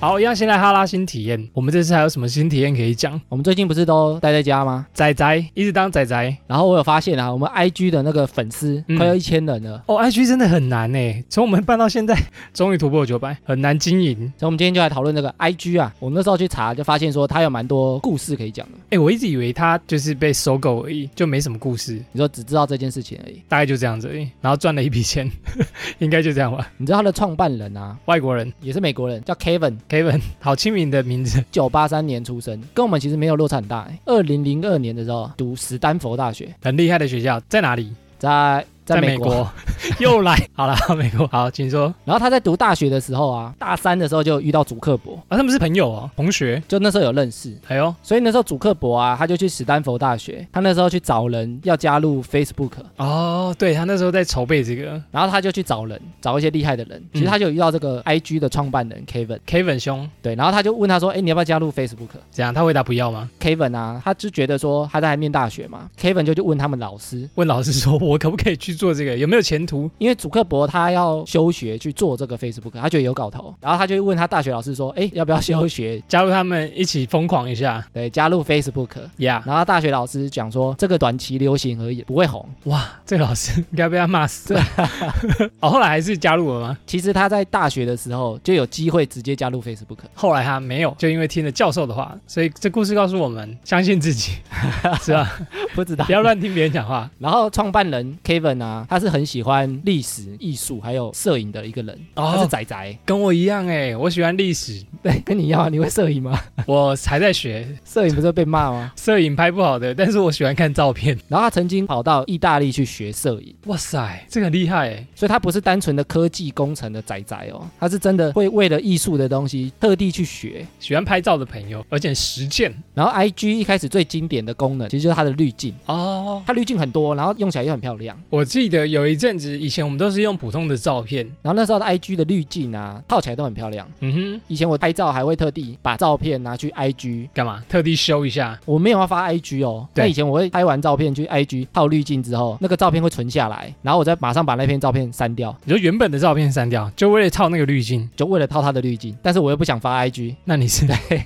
好，一样先来哈拉新体验。我们这次还有什么新体验可以讲？我们最近不是都待在家吗？仔仔一直当仔仔然后我有发现啊，我们 IG 的那个粉丝嗯快要一千人了，哦，IG 真的很难哎，从我们办到现在，终于突破九百，很难经营。所以我们今天就来讨论这个 IG 啊。我那时候去查，就发现说它有蛮多故事可以讲的。哎，我一直以为它就是被收购而已，就没什么故事，你说只知道这件事情而已。大概就这样子而已。然后赚了一笔钱， 应该就这样吧。你知道它的创办人啊，外国人也是美国人，叫 Kevin， Kevin，好亲民的名字。一九八三年出生，跟我们其实没有落差很大、欸。二零零二年的时候读史丹佛大学，很厉害的学校在哪里？在在美国。 又来。好了，美国好，请说。然后他在读大学的时候啊，大三的时候就遇到祖克伯，啊，他们是朋友哦，同学。就那时候有认识。哎呦，所以那时候祖克伯啊，他就去史丹佛大学，他那时候去找人要加入 Facebook，哦，对他那时候在筹备这个然后他就去找人，找一些厉害的人。其实他就有遇到这个 IG 的创办人 Kevin， Kevin 兄，对，然后他就问他说：“哎，你要不要加入 Facebook？” 怎样？他回答不要吗？ Kevin 啊，他就觉得说他在还念大学嘛，Kevin 就去问他们老师，问老师说，我可不可以去做这个？有没有前途？因为祖克伯他要休学去做这个 Facebook，他觉得有搞头，然后他就问他大学老师说，哎，要不要休学？加入他们一起疯狂一下对，加入 Facebook。呀然后他大学老师讲说，这个短期流行而已，不会红。哇，这个老师应该被他骂死了。 哦，后来还是加入了吗？其实他在大学的时候就有机会直接加入 Facebook，后来他没有，就因为听了教授的话，所以这故事告诉我们，相信自己， 是吧？ 不知道不。要乱听别人讲话。然后创办人 Kevin 啊，他是很喜欢历史、艺术还有摄影的一个人，哦他是仔仔。 跟我一样哎，我喜欢历史，对，跟你一样啊，你会摄影吗？ 我还在学摄影不是会被骂吗？摄影，拍不好的，但是我喜欢看照片。 然后他曾经跑到意大利去学摄影。哇塞，这个很厉害哎！所以他不是单纯的科技工程的仔仔哦，他是真的会为了艺术的东西特地去学。喜欢拍照的朋友，而且实践然后 I G 一开始最经典的功能其实就是它的滤镜，哦。它滤镜很多，然后用起来又很漂亮。我记得有一阵子，以前我们都是用普通的照片，然后那时候的 I G 的滤镜啊，套起来都很漂亮。嗯哼，以前我拍照还会特地把照片拿去 I G，干嘛特地修一下？我没有要发 I G 哦。对但以前我会拍完照片去 I G 套滤镜之后，那个照片会存下来，然后我再马上把那篇照片删掉，你说原本的照片删掉，就为了套那个滤镜，就为了套它的滤镜。但是我又不想发 I G，那你是对，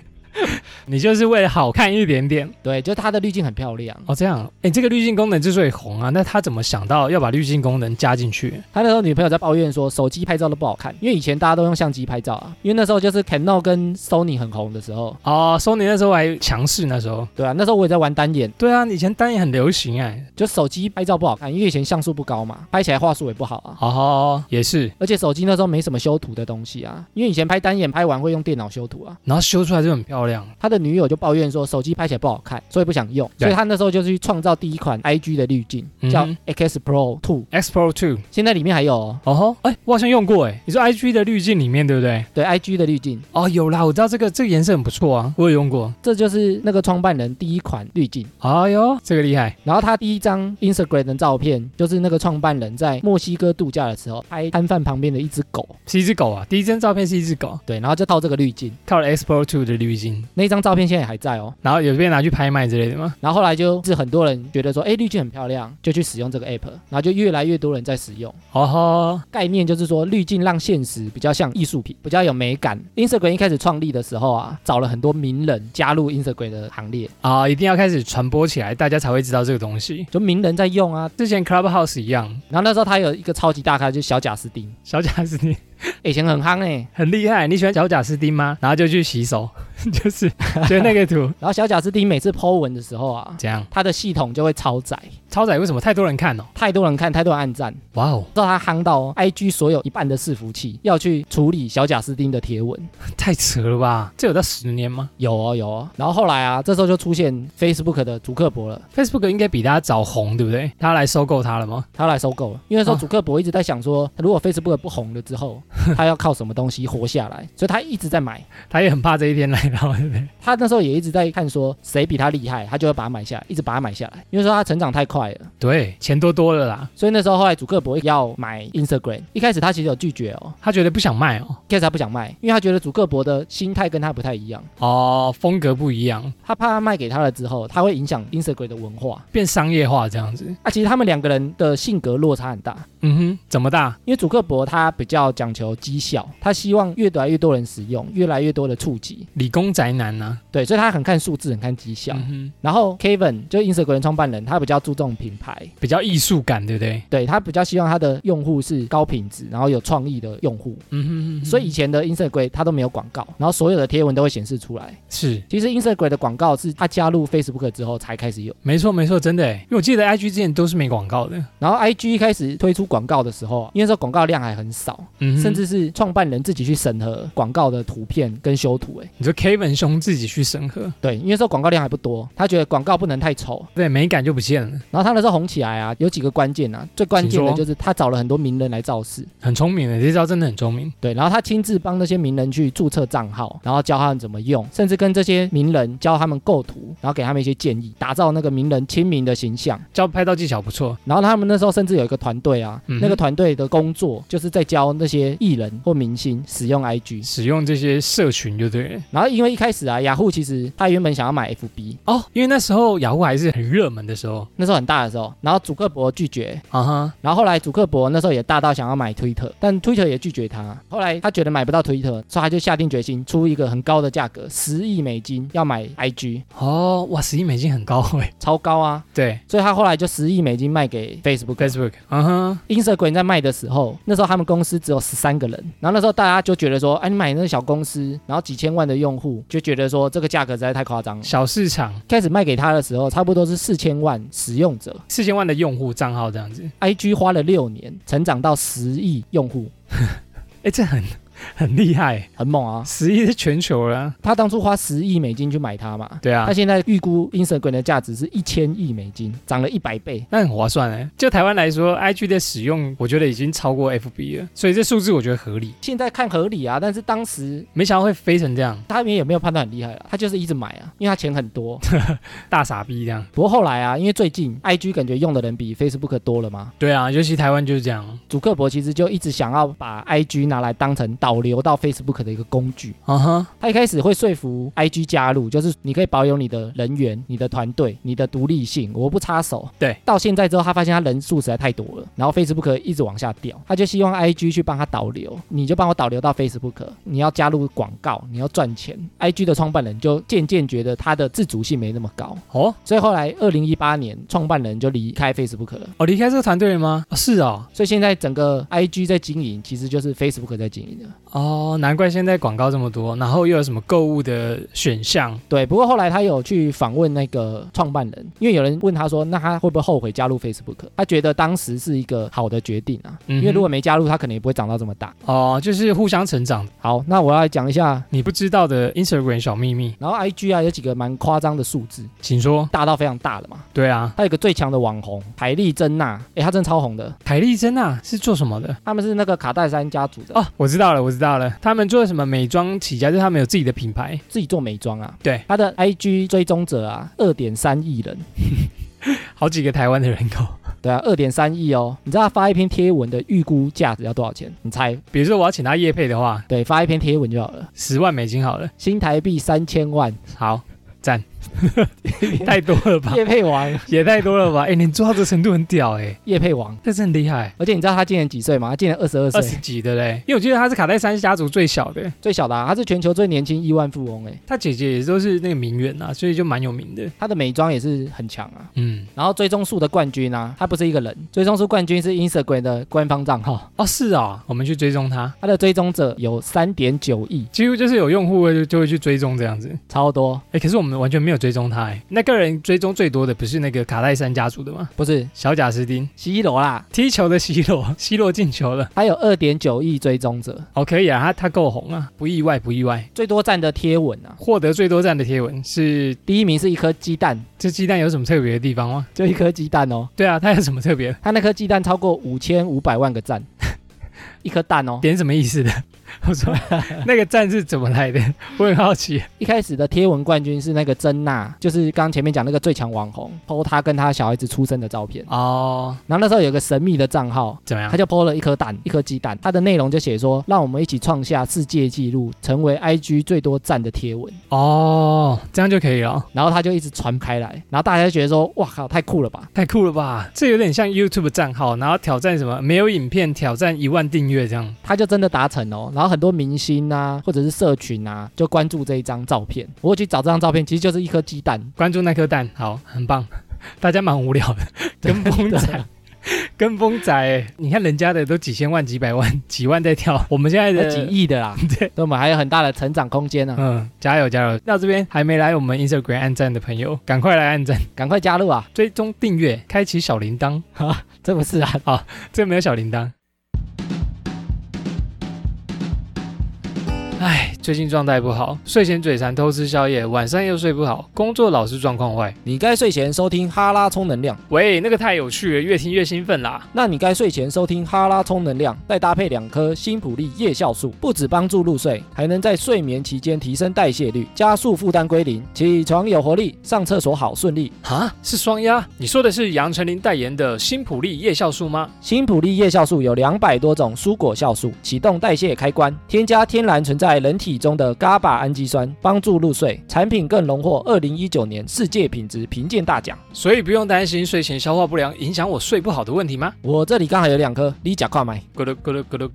你就是为了好看一点点对，就是它的滤镜很漂亮。哦。这样，哎，这个滤镜功能之所以红啊，那他怎么想到要把滤镜功能加进去？他那时候女朋友在抱怨说，手机拍照都不好看，因为以前大家都用相机拍照啊，因为那时候就是 Canon 跟 Sony 很红的时候，哦，索尼那时候还强势，那时候对啊，那时候我也在玩单眼，对啊，以前单眼很流行哎、就手机拍照不好看，因为以前像素不高嘛，拍起来画质也不好啊。哦，也是，而且手机那时候没什么修图的东西啊，因为以前拍单眼拍完会用电脑修图啊。然后修出来就很漂亮，他的女友就抱怨说手机拍起来不好看，所以不想用，对所以他那时候就去创造第一款 IG 的滤镜，叫嗯 X Pro Two， X Pro Two。现在里面还有、哦、哦吼，哎，我好像用过哎，你说 IG 的滤镜里面对不对？对 IG 的滤镜，哦，有啦，我知道这个这个颜色很不错啊，我有用过。这就是那个创办人第一款滤镜。哎呦，这个厉害，然后他第一张 Instagram 的照片，就是那个创办人在墨西哥度假的时候拍摊贩旁边的一只狗，是一只狗啊，第一张照片是一只狗，对，然后就套这个滤镜，靠了 X Pro Two 的滤镜，那一张照片现在也还在哦。然后有被拿去拍卖之类的吗？然后后来就是很多人觉得说，哎，滤镜很漂亮，就去使用这个 app，然后就越来越多人在使用。哦吼，概念就是说，滤镜让现实比较像艺术品，比较有美感。Instagram 一开始创立的时候啊，找了很多名人加入 Instagram 的行列，啊，一定要开始传播起来，大家才会知道这个东西。就名人在用啊。之前 Clubhouse 一样，然后那时候他有一个超级大咖，就是小贾斯汀，小贾斯汀以前很夯哎、很厉害，你喜欢小贾斯汀吗？然后就去洗手， 就是就是那个图，然后小贾斯汀每次 Po 文的时候啊，怎样？它的系统就会超载，超载为什么太多人看哦？太多人看，太多人按赞，哇哦，到他夯到、哦、IG 所有一半的伺服器要去处理小贾斯汀的贴文，太扯了吧？这有到十年吗有哦有哦。然后后来啊，这时候就出现 Facebook 的祖克伯了， ？Facebook 应该比他早红，对不对？他来收购他了吗？他要来收购了，因为那时候啊祖克伯一直在想说，如果 Facebook 不红了之后，他要靠什么东西活下来，所以他一直在买。他也很怕这一天来到，对不对？他那时候也一直在看说谁比他厉害，他就会把他买下来，一直把他买下来，因为说他成长太快块了。对，钱多多了啦。所以那时候后来祖克伯要买 Instagram，一开始他其实有拒绝哦，他觉得不想卖哦，一开始他不想卖，因为他觉得祖克伯的心态跟他不太一样，哦，风格不一样，他怕他卖给他了之后，他会影响 Instagram 的文化。变商业化这样子。啊，其实他们两个人的性格落差很大，嗯哼，怎么大？因为祖克伯他比较讲求绩效，他希望越来越多人使用，越来越多的触及，理工宅男啊呐、对，所以他很看数字，很看绩效。嗯然后 Kevin 就 Instagram 创办人，他比较注重品牌，哼，比较艺术感，对不对？对他比较希望他的用户是高品质，然后有创意的用户。嗯哼所以以前的 Instagram 它都没有广告，然后所有的贴文都会显示出来。是其实 Instagram 的广告是它加入 Facebook 之后才开始有，没错没错，真的耶，因为我记得 IG 之前都是没广告的，然后 IG 一开始推出广告的时候，啊因为那时候广告量还很少，嗯哼甚至是创办人自己去审核广告的图片跟修图、欸，你说 Kevin 兄自己去审核，对，因为那时候广告量还不多，他觉得广告不能太丑，对，美感就不见了，然后他那时候红起来啊，有几个关键啊，最关键请的说就是他找了很多名人来造势，很聪明的，这招真的很聪明。对，然后他亲自帮那些名人去注册账号，然后教他们怎么用，甚至跟这些名人教他们构图，然后给他们一些建议，打造那个名人亲民的形象。教拍照技巧不错，然后他们那时候甚至有一个团队啊，嗯哼那个团队的工作就是在教那些艺人或明星使用 IG。使用这些社群就对了。然后因为一开始啊，雅虎其实他原本想要买 FB，哦，因为那时候雅虎还是很热门的时候那时候很大的时候，然后祖克伯拒绝，啊哈，然后后来祖克伯那时候也大到想要买 Twitter，但 Twitter 也拒绝他。后来他觉得买不到 Twitter，所以他就下定决心出一个很高的价格，十亿美金要买 IG，哦，哇，十亿美金很高哎，超高啊！对所以他后来就十亿美金卖给 Facebook。 ，Facebook，啊哈， Instagram 在卖的时候，那时候他们公司只有十三个人，然后那时候大家就觉得说，哎、你买那个小公司，然后几千万的用户，就觉得说这个价格实在太夸张了。小市场，开始卖给他的时候，差不多是四千万使用者四千万的用户账号这样子， ，IG 花了六年成长到十亿用户，哎，这很很厉害，很猛啊！十亿是全球了啊，他当初花十亿美金去买它嘛，对啊他，现在预估 Instagram 的价值是一千亿美金，涨了一百倍。那很划算哎。就台湾来说，IG 的使用，我觉得已经超过 FB 了，所以这数字我觉得合理。现在看合理啊，但是当时没想到会飞成这样，他们也没有判断很厉害啊，他就是一直买啊，因为他钱很多。大傻逼这样。不过后来啊，因为最近 IG 感觉用的人比 Facebook 多了嘛，对啊，尤其台湾就是这样。祖克伯其实就一直想要把 IG 拿来当成导流到 Facebook 的一个工具。啊哈，他一开始会说服 IG 加入，就是你可以保有你的人员、你的团队、你的独立性，我不插手。对，到现在之后，他发现他人数实在太多了，然后 Facebook 一直往下掉，他就希望 IG 去帮他导流，你就帮我导流到 Facebook，你要加入广告，你要赚钱。IG 的创办人就渐渐觉得他的自主性没那么高，哦，所以后来二零一八年，创办人就离开 Facebook 了。我、离开这个团队了吗？哦是哦，所以现在整个 IG 在经营，其实就是 Facebook 在经营的。哦，难怪现在广告这么多，然后又有什么购物的选项？对，不过后来他有去访问那个创办人，因为有人问他说，那他会不会后悔加入 Facebook？他觉得当时是一个好的决定啊，嗯哼因为如果没加入，他可能也不会长到这么大。哦，就是互相成长。好，那我要来讲一下，你不知道的 Instagram 小秘密，然后 IG 啊有几个蛮夸张的数字，请说。大到非常大的嘛。对啊，他有一个最强的网红凯莉珍娜，诶，她真的超红的，凯莉珍娜是做什么的？他们是那个卡戴珊家族的，哦、哦，我知道了，我知道了，他们做什么美妆起家，就是他们有自己的品牌。自己做美妆啊。对，他的 IG 追踪者啊，二点三亿人，好几个台湾的人口。对啊，二点三亿哦。你知道他发一篇贴文的预估价值要多少钱？你猜？比如说我要请他叶配的话，对，发一篇贴文就好了，十万美金好了。新台币三千万。 好，赞， 太多了吧？叶配王，也太多了吧？ 哎、你做到这程度很屌哎、叶配王。这真的很厉害。而且你知道他今年几岁吗？他今年二十二二岁十，几的嘞，因为我记得他是卡戴珊家族最小的，最小的、啊，他是全球最年轻亿万富翁哎、他姐姐也都是那个名媛啊，所以就蛮有名的。他的美妆也是很强啊。嗯，然后追踪数的冠军啊，他不是一个人，追踪数冠军是 Instagram 的官方账号，哦，是啊、我们去追踪他，他的追踪者有三点九亿，几乎就是有用户会就就会去追踪这样子。超多。哎，可是我们完全没有追踪他哎，那个人追踪最多的不是那个卡戴珊家族的吗？不是小贾斯汀西罗啦，踢球的 C 罗，C 罗进球了，他有二点九亿追踪者，哦，可以啊，他他够红啊，不意外不意外。最多赞的贴文啊，获得最多赞的贴文是第一名是一颗鸡蛋，这鸡蛋有什么特别的地方吗？就一颗鸡蛋哦，对啊，它有什么特别？他那颗鸡蛋超过五千五百万个赞， 一颗蛋哦。 点什么意思的？ 我 说那个赞是怎么来的？ 我很好奇。一开始的贴文冠军是那个珍娜，就是刚前面讲那个最强网红，PO 她跟她小孩子出生的照片。哦，然后那时候有个神秘的账号，怎么样他？就 PO 了一颗蛋，一颗鸡蛋。它的内容就写说，让我们一起创下世界纪录，成为 IG 最多赞的贴文。哦，这样就可以了，然后他就一直传开来，然后大家就觉得说，哇靠，太酷了吧！太酷了吧？这有点像 YouTube 账号，然后挑战什么没有影片挑战一万订阅这样。他就真的达成哦。然后很多明星啊，或者是社群啊，就关注这一张照片。我有去找这张照片，其实就是一颗鸡蛋。关注那颗蛋，好，很棒。 大家蛮无聊的，跟风 仔，跟风仔欸，你看人家的都几千万、几百万、几万在跳，我们现在那的呃几亿的啦， 对，我们还有很大的成长空间呢、啊，嗯，加油加油！到这边还没来我们 Instagram 按赞的朋友，赶快来按赞、 赶快加入啊！追踪、订阅、开启小铃铛。这不是啊，这没有小铃铛。唉，最近状态不好，睡前嘴馋偷吃宵夜，晚上又睡不好，工作老是状况坏。你该睡前收听哈拉充能量，喂，那个太有趣了，越听越兴奋啦。那你该睡前收听哈拉充能量，再搭配两颗新普利夜酵素，不止帮助入睡，还能在睡眠期间提升代谢率，加速负担归零，起床有活力，上厕所好顺利。啊，是双鸭？你说的是杨丞琳代言的新普利夜酵素吗？新普利叶酵素有两百多种蔬果酵素，启动代谢开关，添加天然存在人体中的 GABA 氨基酸，帮助入睡。产品更荣获二零一九年世界品质评鉴大奖。所以不用担心睡前消化不良影响我睡不好的问题吗？我这里刚好有两颗，你假快买。咕噜咕噜咕噜。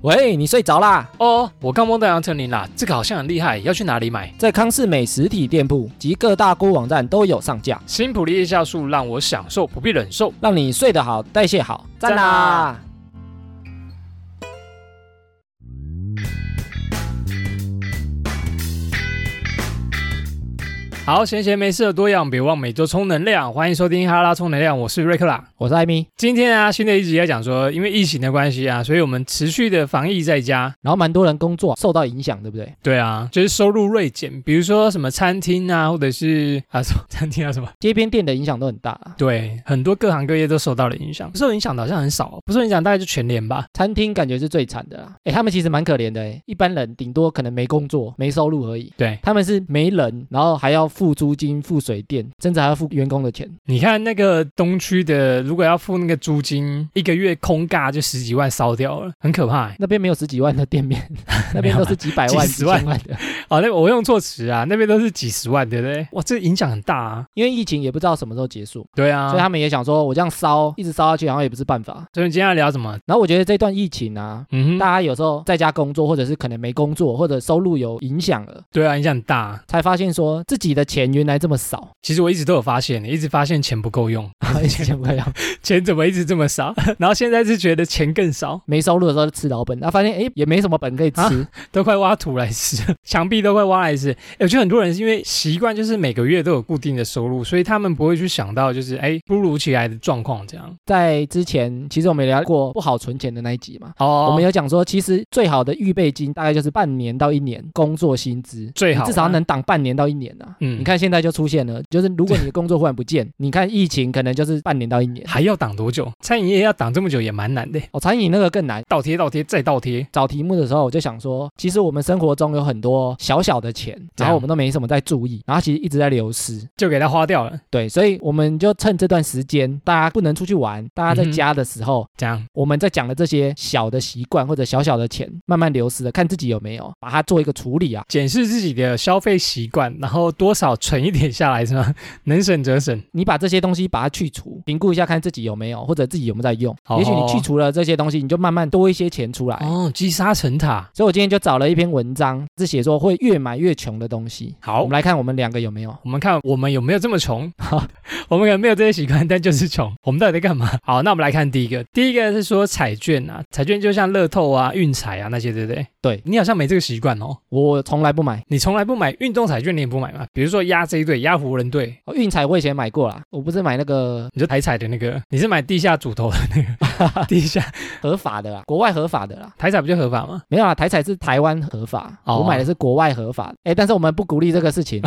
喂，你睡着啦？哦，我刚梦到杨丞琳啦，这个好像很厉害，要去哪里买？在康士美实体店铺及各大购物网站都有上架，新普利夜酵素让我享受，不必忍受。让你睡得好，代谢好，赞赞啦啦！好，闲闲没事的多样，别忘每周充能量。欢迎收听哈拉充能量，我是瑞克啦。我是艾米，今天啊，新的一集要讲说，因为疫情的关系啊，所以我们持续的防疫在家。然后蛮多人工作受到影响，对不对？对啊，就是收入锐减，比如说什么餐厅啊，或者是啊 什么餐厅啊什么，街边店的影响都很大啊，对，很多各行各业都受到了影响。受影响的好像很少，不受影响大概就全联吧。餐厅感觉是最惨的啦。哎，他们其实蛮可怜的诶，一般人顶多可能没工作、没收入而已。对，他们是没人，然后还要付租金、付水电，甚至还要付员工的钱。你看那个东区的，如果要付那个租金，一个月空尬就十几万烧掉了，很可怕、欸。那边没有十几万的 店面，那边都是几百万、啊几十万千万的。哦，那我用错词啊，那边都是几十万，对不对？ 哇，这影响很大啊。因为疫情也不知道什么时候结束，对啊，所以他们也想说，我这样烧，一直烧下去，好像也不是办法。所以今天要聊什么？然后我觉得这段疫情啊，嗯大哼，家有时候在家工作，或者是可能没工作，或者收入有影响了，对啊，影响很大。才发现说自己的钱原来这么少，其实我一直都有发现，一直发现钱不够用， 以前不一样，钱怎么一直这么少？ 然后现在是觉得钱更少，没收入的时候就吃老本，然后发现哎也没什么本可以 吃，啊都快挖土来吃了，墙壁都快挖来吃。哎我觉得很多人是因为习惯就是每个月都有固定的收入，所以他们不会去想到就是哎突如其来的状况这样。在之前其实我们也聊过不好存钱的那一集嘛。哦我们有讲说，其实最好的预备金大概就是半年到一年工作薪资，最好你至少能挡半年到一年啊。嗯你看现在就出现了，就是如果你的工作忽然不 见，你看疫情可能就是半年到一年。还要挡多久？餐饮业要挡这么久也蛮难的，哦，餐饮那个更难，倒贴倒贴再倒贴。找题目的时候，我就想说，其实我们生活中有很多小小的钱，这样然后我们都没什么在注意，然后其实一直在流失。就给它花掉了，对，所以我们就趁这段时间，大家不能出去玩，大家在嗯哼家的时候，这样我们在讲的这些小的习惯或者小小的钱，慢慢流失的，看自己有没有把它做一个处理啊。检视自己的消费习惯，然后多少存一点下来是吗？ 能省则省。你把这些东西把它去除，评估一下看自己有没有，或者自己有没有在用。哦也许你去除了这些东西，你就慢慢多一些钱出来。哦，积沙成塔。所以我今天就找了一篇文章，是写说会越买越穷的东西。好我们，来看我们两个有没有。我们看我们有没有这么穷？ 我们可能没有这些习惯，但就是穷。我们到底在干嘛？好，那我们来看第一个。第一个是说彩券啊，彩券就像乐透啊、运彩啊那些，对不对？对你好像没这个习惯哦，我从来不买。你从来不买运动彩券，你也不买嘛？比如说压这一队，压湖人队，哦，运彩我以前买过啦，我不是买那个你就台彩的那个，你是买地下主投的那个地下合法的啦，国外合法的啦。台彩不就合法吗？没有啦，台彩是台湾合法，哦我买的是国外合法的。哎，但是我们不鼓励这个 事情。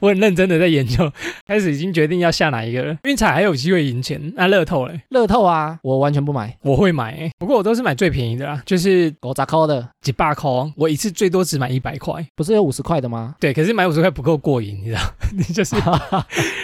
我很认真的在研究， 开始已经决定要下哪一个了。运彩还有机会赢钱，那乐透嘞，乐透啊，我完全不买，我会买、欸，不过我都是买最便宜的啦，就是狗杂扣的，几百块，我一次最多只买一百块。不是有五十块的吗？对，可是买五十块不够过瘾，你知道？ 你就是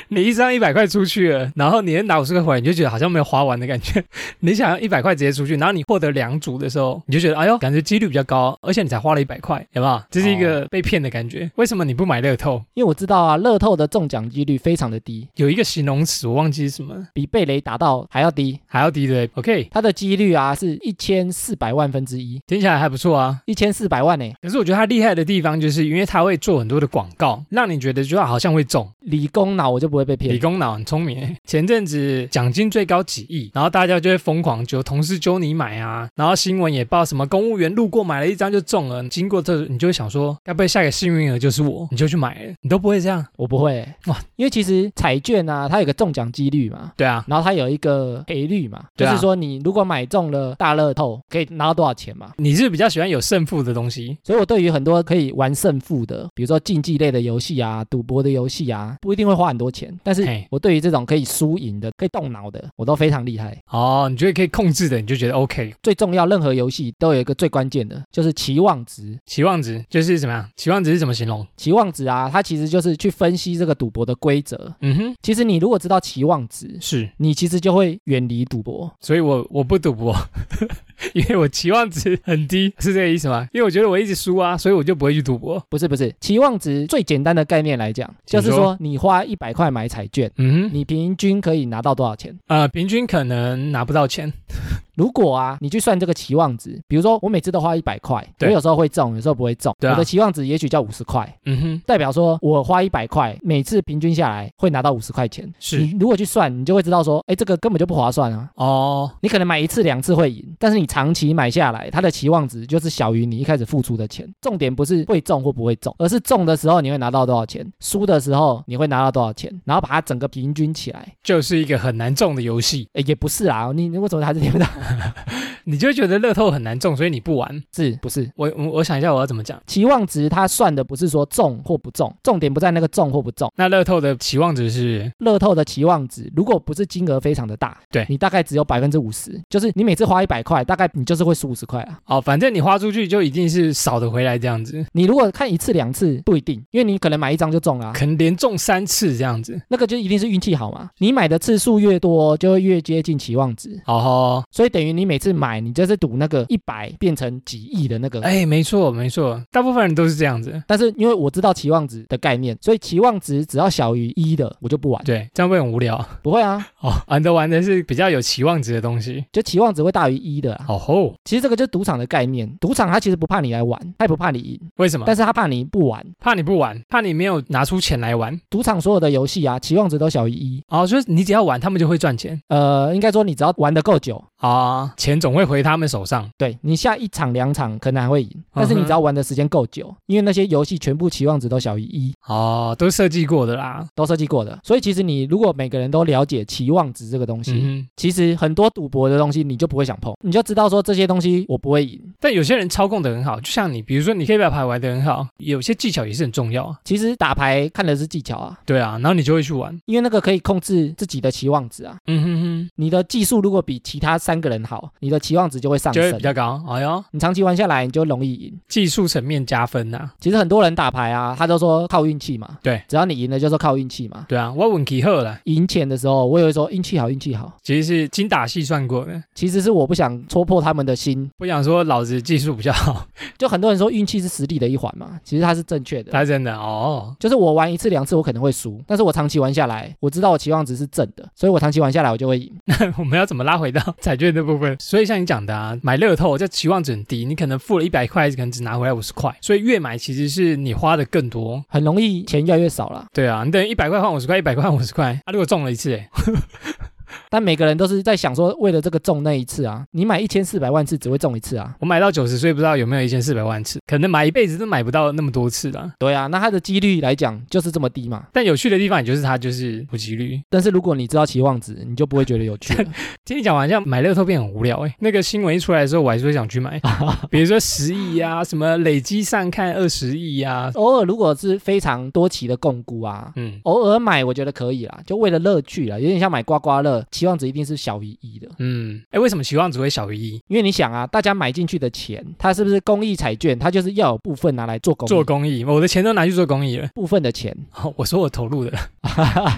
你一张一百块出去了，然后你能拿五十块回来，你就觉得好像没有花完的感觉。 你想要一百块直接出去，然后你获得两组的时候，你就觉得哎呦，感觉几率比较高，而且你才花了一百块，有没有？这是一个被骗的感觉。为什么你不买乐透？因为我知道啊，乐透的中奖几率非常的低，有一个形容词我忘记是什么，比贝雷打到还要低，还要低对不对？OK，它的几率啊是一千四百万分之一，听起来还不错啊。一千四百万呢、可是我觉得它厉害的地方，就是因为它会做很多的广告，让你觉得就好像会中。理工脑我就不会被理骗。工脑很聪明， 前阵子奖金最高几亿，然后大家就会疯狂揪同事揪你买啊，然后新闻也报什么公务员路过买了一张就中了，经过这你就会想说，该不会下个幸运儿就是我，你就去买了，你都不会这样，我不会、哇哇，因为其实彩券啊，它有个中奖几率嘛，对啊，然后它有一个赔率嘛，对就啊是说你如果买中了大乐透，可以拿到多少钱嘛？你是比较喜欢有胜负的东西，所以我对于很多可以玩胜负的，比如说竞技类的游戏啊、赌博的游戏啊，不一定会花很多钱，但是嘿我对于这种可以输赢的、可以动脑的，我都非常厉害。哦，你觉得可以控制的，你就觉得 OK，最重要，任何游戏都有一个最关键的，就是期望值。期望值就是怎么样，期望值是怎么形容？期望值啊，它其实就是去分析这个赌博的规则。嗯哼，其实你如果知道期望值，是，你其实就会远离赌博。所以我我不赌博。 因为我期望值很低，是这个意思吗？因为我觉得我一直输啊，所以我就不会去赌博。不是不是，期望值最简单的概念来讲，请就是说说你花一百块买彩 券，嗯哼，你平均可以拿到多少钱？呃，平均可能拿不到钱，如果啊，你去算这个期望值，比如说我每次都花一百块，我对有时候会中，有时候不会中，对啊我的期望值也许叫五十块。嗯哼，代表说，我花一百块，每次平均下来会拿到五十块钱。是你如果去算，你就会知道说，哎，这个根本就不划算啊！哦，你可能买一次两次会赢，但是你长期买下来，它的期望值就是小于你一开始付出的钱。重点不是会中或不会中，而是中的时候你会拿到多少钱， 输的时候你会拿到多少钱，然后把它整个平均起来。就是一个很难中的游戏，哎，也不是啊，你你为什么还是听不到？你就会觉得乐透很难中，所以你不玩。是不是？我我我想一下我要怎么讲。期望值它算的不是说中或不中，重点不在那个中或不中。那乐透的期望值是乐透的期望值如果不是金额非常的大，对你大概只有百分之五十，就是你每次花一百块，大概你就是会输五十块啊。哦，反正你花出去就一定是少的回来这样子，你如果看一次两次不一定，因为你可能买一张就中了啊、可能连中三次这样子。那个就一定是运气好嘛。你买的次数越多，就会越接近期望值，哦吼，所以等于你每次买，你就是赌那个一百变成几亿的那个。哎，没错没错，大部分人都是这样子。但是因为我知道期望值的概念，所以期望值只要小于一的，我就不玩。对，这样会很无聊不会啊，哦。玩的玩的是比较有期望值的东西。就期望值会大于一的啊。哦吼，其实这个就是赌场的概念，赌场它其实不怕你来玩，它也不怕你赢，为什么？但是它怕你不玩。怕你不玩，怕你没有拿出钱来玩。赌场所有的游戏啊，期望值都小于一。哦，就是你只要玩，他们就会赚钱呃，应该说你只要玩得够久，啊、钱总会回他们手上。对你下一场两场可能还会赢，但是你只要玩的时间够久，因为那些游戏全部期望值都小于一，哦，都设计过的啦。都设计过的。所以其实你如果每个人都了解期望值这个东西，嗯哼，其实很多赌博的东西你就不会想碰，你就知道说这些东西我不会赢。但有些人操控的很好，就像你，比如说你可以把牌玩的很好，有些技巧也是很重要啊。其实打牌看的是技巧啊，对啊，然后你就会去玩。因为那个可以控制自己的期望值啊。嗯哼你的技术如果比其他三个人好，你的期望值就会上哼，就会升比。较高。哎呦，你长期玩下来，你就容易赢。技术层面加分呐、啊。其实很多人打牌啊，他都说靠运气嘛。对，只要你赢了就说靠运气嘛。对啊，我稳起后了，赢钱的时候，我也会说运气好，运气好。其实是精打细算过的。其实是我不想戳破他们的心。不想说老子技术比较好， 就很多人说运气是实力的一环嘛，其实它是正确的。他真的哦， 就是我玩一次两次我可能会输，但是我长期玩下来，我知道我期望值是正的，所以我长期玩下来我就会赢。我们要怎么拉回到彩券的部分？所以像你讲的啊，买乐透这期望值很低，你可能付了一百块，可能只拿回来五十块，所以越买其实是你花的更多。很容易钱越来越少了。对啊，你等于一百块换五十块，一百块换五十块，啊，如果中了一次、欸，但每个人都是在想说，为了这个中那一次啊，你买一千四百万次只会中一次啊。我买到九十岁，不知道有没有一千四百万次，可能买一辈子都买不到那么多次啦。对啊，那它的几率来讲就是这么低嘛。但有趣的地方，也就是它就是普及率。但是如果你知道期望值，你就不会觉得有趣了。听你讲完，像买乐透变很无聊哎、那个新闻一出来的时候，我还是会想去 买，比如说十亿啊，什么累积上看二十亿啊，偶尔如果是非常多期的共估啊，嗯偶尔买我觉得可以啦，就为了乐趣啦，有点像买刮刮乐，期望值一定是小于一的。嗯，哎，为什么期望值会小于一？因为你想啊，大家买进去的钱，它是不是公益彩券？它就是要有部分拿来做公益做公益，我的钱都拿去做公益了。部分的钱，哦我说我投 入的，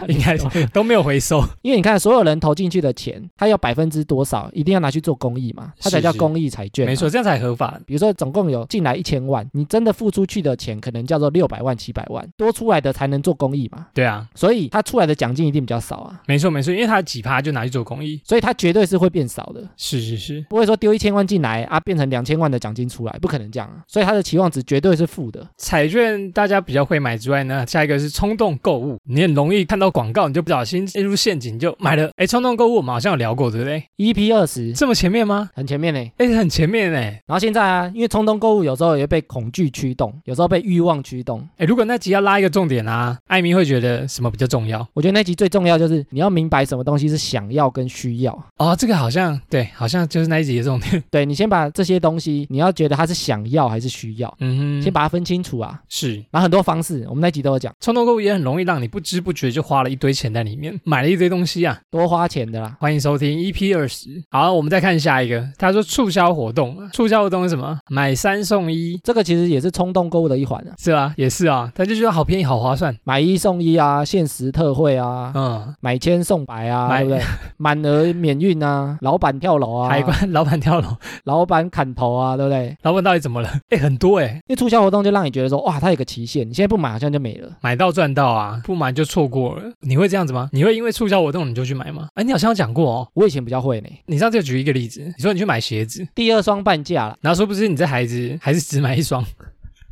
应该都没有回收。因为你看所有人投进去的钱，它要百分之多少，一定要拿去做公益嘛，它才是叫是公益彩券、没错，。这样才合法。比如说，总共有进来一千万，你真的付出去的钱可能叫做六百万、七百万，多出来的才能做公益嘛，对啊，所以它出来的奖金一定比较少啊，没错没错，因为它几趴就拿去做公益。所以它绝对是会变少的。是是是，不会说丢一千万进来啊，变成两千万的奖金出来，不可能这样啊。所以它的期望值绝对是负的。彩券大家比较会买之外呢，下一个是冲动购物。你很容易看到广告，你就不小心陷入陷阱，就买了。哎，冲动购物我们好像有聊过，对不对？ EP E 二十这么前面吗？很前面呢、哎，很前面哎。然后现在啊，因为冲动购物有时候也会被恐惧驱动，有时候被欲望驱动。哎，如果那集要拉一个重点啊，艾米会觉得什么比较重要？我觉得那集最重要就是你要明白什么东西是想要跟需要。哦，这个好像对，好像就是那一集的重点。对你先把这些东西，你要觉得它是想要还是需要，嗯先哼，把它分清楚啊。是然后很多方式，我们那集都有讲，冲动购物也很容易让你不知不觉就花了一堆钱在里面，买了一堆东西啊。多花钱的啦。欢迎收听 EP 二十。好，我们再看下一个，他说促销活动，促销活动是什么？买三送一。这个其实也是冲动购物的一环啊，是啊，也是啊，他就觉得好便宜，好划算。买一送一啊，限时特惠啊，嗯，买千送百啊，买 对不对？满额免运啊，老板跳楼啊，海关老板跳楼，老板砍头啊，对不对？老板到底怎么了？哎，很多哎、因为促销活动就让你觉得说，哇，它有个期限，你现在不买好像就没了。买到赚到啊，不买就错过了。你会这样子吗？你会因为促销活动你就去买吗？哎，你好像有讲过哦。我以前比较会呢，你上次有举一个例子，你说你去买鞋子，第二双半价啦，然后说不是你这孩子还是只买一双，。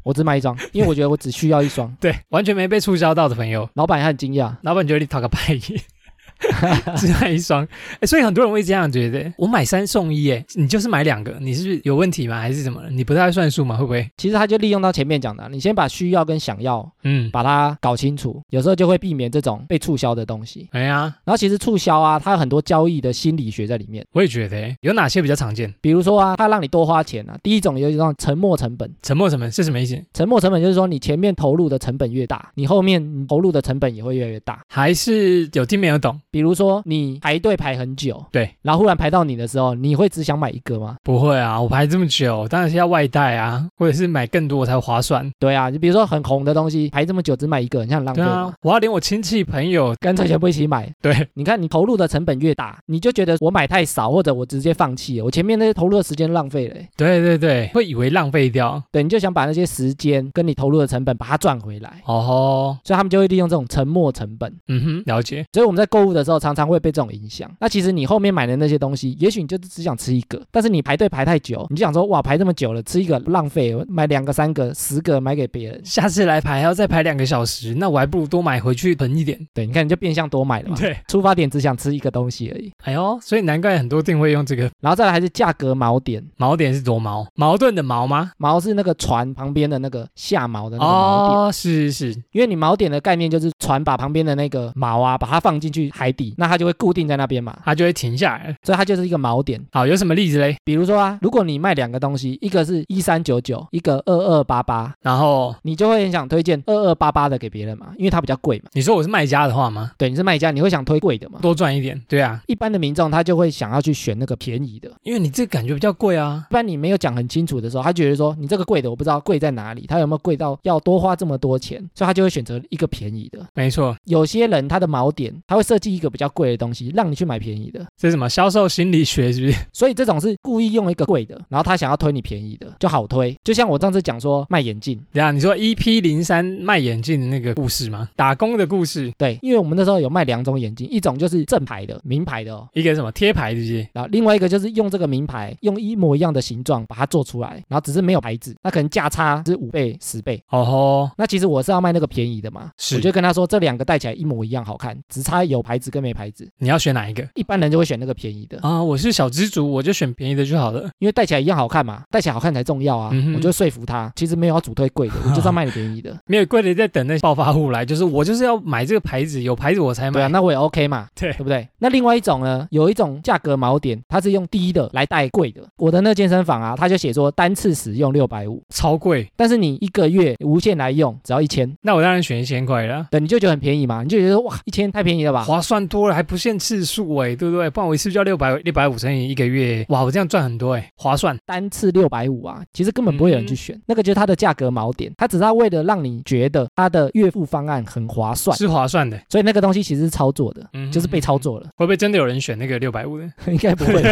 我只买一双，因为我觉得我只需要一双对，完全没被促销到的朋友，老板也很惊讶，老板觉得你讨个便宜，只买一双。哎，所以很多人会这样觉得，我买三送一，哎，你就是买两个，你是不是有问题吗？还是怎么了？你不太会算数吗？会不会？其实他就利用到前面讲的，你先把需要跟想要嗯，把它搞清楚，有时候就会避免这种被促销的东西。哎呀，然后其实促销啊，它有很多交易的心理学在里面，我也觉得，哎有哪些比较常见？比如说啊，它让你多花钱啊。第一种有一种沉没成本，沉默什么是什么意思？沉没成本就是说你前面投入的成本越大，你后面投入的成本也会越来越大。还是有听没有懂？比如说你排队排很久，对，然后忽然排到你的时候，你会只想买一个吗？不会啊，我排这么久，当然是要外带啊，或者是买更多才划算。对啊，就比如说很红的东西，排这么久只买一个，你很浪费对嘛。啊，我要连我亲戚朋友，干脆全部一起买。对，你看，你投入的成本越大，你就觉得我买太少，或者我直接放弃了，我前面那些投入的时间浪费了欸、对对对，会以为浪费掉。对，你就想把那些时间跟你投入的成本把它赚回来，哦吼，所以他们就会利用这种沉没成本。嗯哼，了解。所以我们在购物的时候常常会被这种影响。那其实你后面买的那些东西，也许你就只想吃一个，但是你排队排太久，你就想说哇排这么久了，吃一个浪费，买两个、三个、十个买给别人。下次来排还要再排两个小时，那我还不如多买回去囤一点。对，你看你就变相多买了嘛。对，出发点只想吃一个东西而已，哎呦，所以难怪很多店会用这个然后再来还是价格锚点，锚点是多矛矛盾的矛吗？锚是那个船旁边的那个下锚的那个锚点，哦，是是是，因为你锚点的概念就是船把旁边的那个锚啊，把它放进去海底，那它就会固定在那边嘛，它就会停下来了。所以它就是一个锚点。好，有什么例子嘞？比如说啊，如果你卖两个东西，一个是一三九九，一个二二八八，然后你就会很想推荐二二八八的给别人嘛，因为它比较贵嘛。你说我是卖家的话吗？对，你是卖家，你会想推贵的嘛。多赚一点，对啊，一般的民众他就会想要去选那个便宜的。因为你这感觉比较贵啊。一般你没有讲很清楚的时候，他觉得说你这个贵的我不知道贵在哪里，他有没有贵到要多花这么多钱，所以他就会选择一个便宜的。没错，有些人他的锚点，他会设计一个比较贵的东西，让你去买便宜的。这是什么销售心理学是不 是？所以这种是故意用一个贵的，然后他想要推你便宜的，就好推。就像我上次讲说卖眼镜，对啊，你说 EP 零三卖眼镜的那个故事吗？打工的故事，对，因为我们那时候有卖两种眼镜，一种就是正牌的、名牌的哦。一个什么贴牌，是不是？然后另外一个就是用这个名牌，用一模一样的形状把它做出来，然后只是没有牌子，那可能价差是五倍、十倍。哦吼，那其实我是要卖那个便宜的嘛，是我就跟他说这两个戴起来一模一样好看，只差有牌子子跟没牌子，你要选哪一个一般人就会选那个便宜的，啊？我是小知足，我就选便宜的就好了。因为戴起来一样好看嘛，戴起来好看才重要啊。嗯哼啊哎我就说服他，其实没有要主推贵的，我就是要卖你 。便宜的没有贵的在等那暴发户来，就是我就是要买这个牌子，有牌子我才对买。啊，那我也 OK 嘛，对对不对？那另外一种呢，有一种价格锚点，它是用低的来带贵的。我的那健身房啊，它就写说单次使用六百五，超贵，但是你一个月无限来用只要一千，那我当然选一千块啦。对，你就觉得很便宜嘛，你就觉得哇，一千太便宜了吧？划算多了，还不限次数哎、对不对？不然我一次就要六百六百五乘以一个月，哇，我这样赚很多哎、划算。单次六百五啊，其实根本不会有人去选，那个就是它的价格锚点，它只是要为了让你觉得它的月付方案很划算，是划算的，所以那个东西其实是操作的，嗯就是被操作了，会不会真的有人选那个六百五 的？应该不会。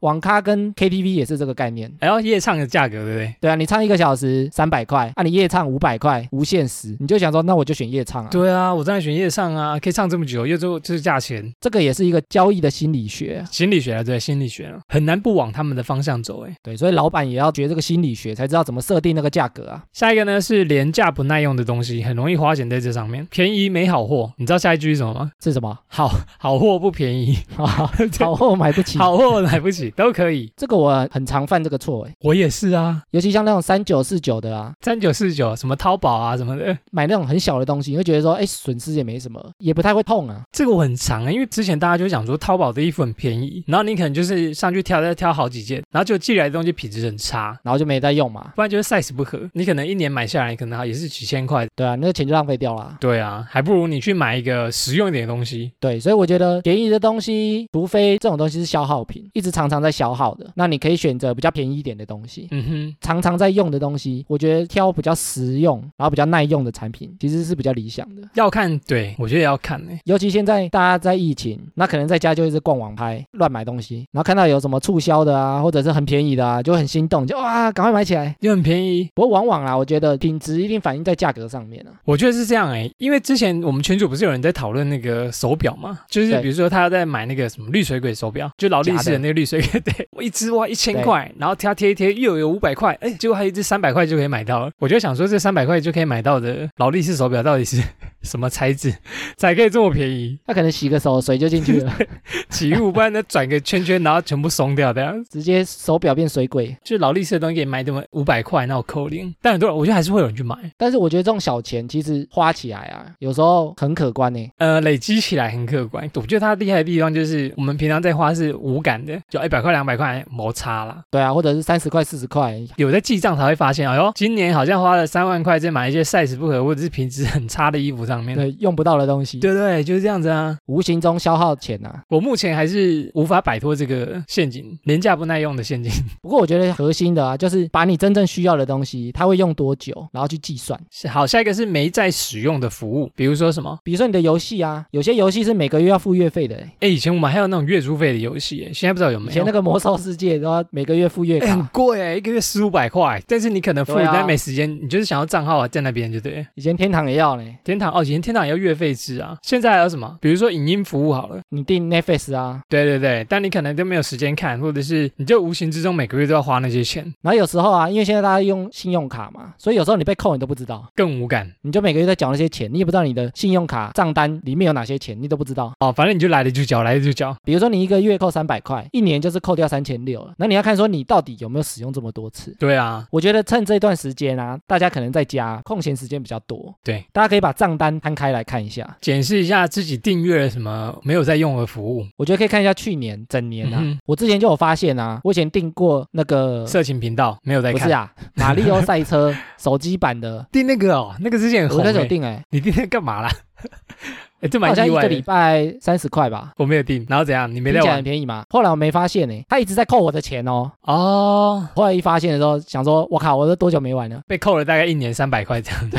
网咖跟 KTV 也是这个概念，哎呦，夜唱的价格对不对？对啊，你唱一个小时三百块，啊，你夜唱五百块，无限时，你就想说，那我就选夜唱啊。对啊，我当然选夜唱啊，可以唱这么久，又就就是价钱，这个也是一个交易的心理学啊，心理学啊，对，心理学啊，很难不往他们的方向走哎、对，所以老板也要学这个心理学，才知道怎么设定那个价格啊。下一个呢是廉价不耐用的东西，很容易花钱在这上面，便宜没好货。你知道下一句是什么吗？ 是什么？ 好好货不便 宜，好货买不起。，好货买不起都可以。这个我很常犯这个错诶，我也是啊，尤其像那种三九四九的啊，三九四九什么淘宝啊什么的，买那种很小的东西，你会觉得说，哎，损失也没什么，也不太会痛啊。这个我很常啊、因为之前大家就讲说淘宝的衣服很便宜，然后你可能就是上去挑再挑好几件，然后就寄来的东西品质很差。然后就没再用嘛，不然就是 size 不合，你可能一年买下来可能也是几千块。对啊，那个钱就浪费掉啦。对啊，还不如你去买一个实用一点的东西。对，所以我觉得便宜的东西，除非这种东西是消耗品，一直常常在消耗的，那你可以选择比较便宜一点的东西，嗯哼，常常在用的东西，我觉得挑比较实用，然后比较耐用的产品，其实是比较理想的。要看，对我觉得也要看欸呢、尤其现在大家在疫情，那可能在家就一直逛网拍，乱买东西，然后看到有什么促销的啊，或者是很便宜的啊，就会很心动，就哇，赶快买起来。又很便宜，不过往往啦，我觉得品质一定反映在价格上面啊。我觉得是这样哎、因为之前我们群主不是有人在讨论那个手表嘛，就是对比如说他要在买那个什么绿水鬼手表，就劳力士假的的那个绿水鬼， 对，我一只哇一千块，然后他贴一贴又有五百块，哎、结果还有一只三百块就可以买到了。我就想说这三百块就可以买到的劳力士手表到底是 什么材质才可以这么便宜？他可能洗个手，水就进去了，起雾，不然呢转个圈圈，然后全部松掉的。直接手表变水鬼。就劳力士的东西可以卖这么五百块，那我扣零，但很多人我觉得还是会有人去买，但是我觉得这种小钱其实花起来啊，有时候很可观呢、欸呃，累积起来很可观。我觉得它厉害的地方就是，我们平常在花是无感的，就一百块、两百块摩擦啦。对啊，或者是三十块、四十块，有在记账才会发现，哎呦，今年好像花了三万块在买一些 size 不合或者是品质很差的衣服上面。对，用不到的东西，对对，就是这样子啊。无形中消耗钱啊。我目前还是无法摆脱这个陷 阱，廉价不耐用的陷阱。不过我觉得核心的啊，就是把你真正需要的东西，它会用多久，然后去计算。是好，下一个是没在使用的服务，比如说什么？比如说你的游戏啊，有些游戏是每个月要付月费的、欸，哎，以前我们还有那种月租费的游戏，哎现在不知道有以没有前那。个魔兽世界都要每个月付月哎很卡，贵哎，一个月四五百块，但是你可能付，对啊但没时间，你就是想要账号啊，在那边就对了。以前天堂也要呢。天堂哦，以前天堂也要月费制啊，现在还有什么？比如说影音服务好了，你订 Netflix 啊，对对对，但你可能都没有时间看，或者是你就无形之中每个月都要花那些钱，然后有时候啊，因为现在大家用信用卡嘛，所以有时候你被扣你都不知道，更无感你就每个月在缴那些钱，你也不知道你的信用卡账单里面有哪些钱，你都不知道。哦。反正你就来了就交，来了就交，比如说你一个月扣三百块，一年就是扣掉三千六了，那你要看说你到底有没有使用这么多次。对啊，我觉得趁这段时间啊，大家可能在家空闲时间比较多，对，大家可以把账单摊开来看一下。检视一下自己订阅了什么没有在用的服务，我觉得可以看一下去年整年啊，嗯哼我之前就有发现啊，我以前订过那个色情频道没有在嗯不看 是，啊，马里奥赛车手机版的，订那个哦，那个之前很我红开始有欸，订哎、你订那个干嘛啦？ 哎，这蛮好像意一个外礼的，拜三十块吧。我没有订，然后怎样？你没听在起来很玩便宜嘛，后来我没发现呢、欸他一直在扣我的钱哦。哦，后来一发现的时候，想说，我靠，我都多久没玩了？被扣了大概一年三百块这样子。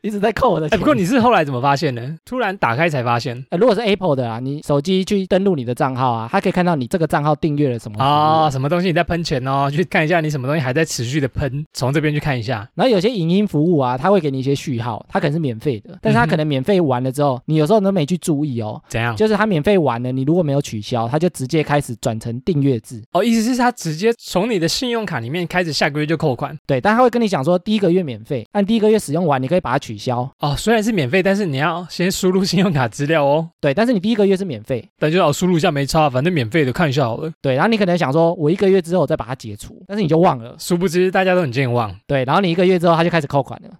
一直在扣我 的哎，钱。不过你是后来怎么发现的？突然打开才发现。呃，如果是 Apple 的啊，你手机去登录你的账号啊，它可以看到你这个账号订阅了什么服务啊、什么东西你在喷泉哦？ 去看一下你什么东西还在持续的喷，从这边去看一下。然后有些影音服务啊，它会给你一些序号，它可能是免费的，但是它可能免费完了之后，你有时候都没去注意哦。怎样？就是它免费完了，你如果没有取消，它就直接开始转成订阅制。哦，意思是他直接从你的信用卡里面开始下个月就扣款。对，但它会跟你讲说，第一个月免费，按第一个月使用完，你可以把它取消，哦，虽然是免费，但是你要先输入信用卡资料哦。 对，但是你第一个月是免费，但就要哦输入一下没差，反正免费的看一下好了。对，然后你可能想说，我一个月之后再把它解除，但是你就忘了，殊不知大家都很健忘。对，然后你一个月之后它就开始扣款 了，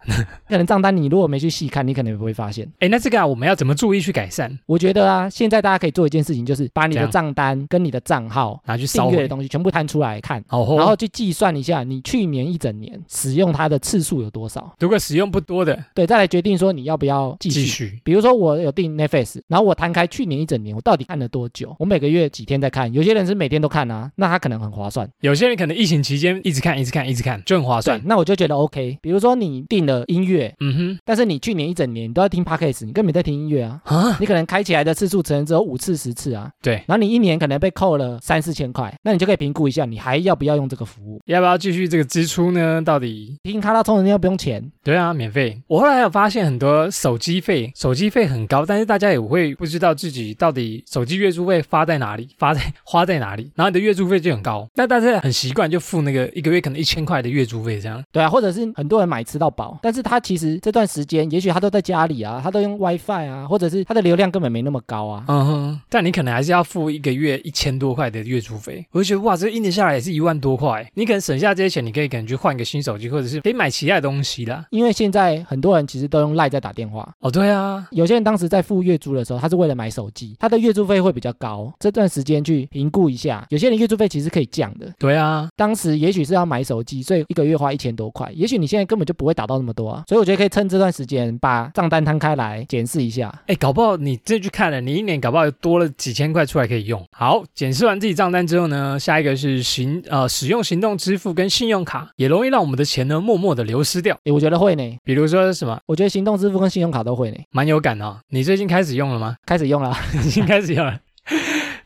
可能账单你如果没去细看，你可能也不会发现。哎，那这个啊，我们要怎么注意去改善？我觉得啊，现在大家可以做一件事情，就是把你怎的样账单跟你的账号、拿去烧订阅的毁。东西全部摊出来看。好哦，然后去计算一下你去年一整年使用它的次数有多少，如果使用不多的，对，再来决定说你要不要继续。继续。比如说我有订 Netflix，然后我摊开去年一整年我到底看了多久，我每个月几天在看，有些人是每天都看啊，那他可能很划算。有些人可能疫情期间一直看、一直看、一直看，就很划对算，。那我就觉得 OK。比如说你订了音乐，嗯但是你去年一整年你都在听 Podcast，你根本没在听音乐啊。哼，啊，你可能开起来的次数可能只有五次十次啊，对然后你一年可能被扣了三四千块，那你就可以评估一下，你还要不要用这个服务？要不要继续这个支出呢？到底？听卡拉充能量不用钱，对啊，免费。我后来有发现很多手机费，手机费很高，但是大家也会不知道自己到底手机月租费发在哪里，发在 花在哪里，然后你的月租费就很高。那大家很习惯就付那个一个月可能一千块的月租费这样。对啊，或者是很多人买吃到饱，但是他其实这段时间，也许他都在家里啊，他都用 WiFi 啊，或者是他的流量根本没那么高啊。嗯哼，但你可能还是要付一个月一千多块的月租费，我就觉得哇，这一年下来也是一万多块。你可能省下这些钱，你可以可能去换个新手机，或者是可以买其他的东西啦。因为现在很多人其实都用赖在打电话，哦，对啊，有些人当时在付月租的时候，他是为了买手机，他的月租费会比较高，这段时间去评估一下，有些人月租费其实可以降的。对啊，当时也许是要买手机，所以一个月花一千多块，也许你现在根本就不会打到那么多啊，所以我觉得可以趁这段时间把账单摊开来检视一下。哎，搞不好你这去看了，你一年搞不好又多了几千块出来可以用。好，检视完自己账单之后呢，下一个是行呃使用行动支付跟信用卡，也容易让我们的钱呢默默的流失掉。诶，我觉得会呢，比如说什么，我觉得行动支付跟信用卡都会呢，蛮有感的哦。你最近开始用了吗？ 开始用了啊，已经开始用了，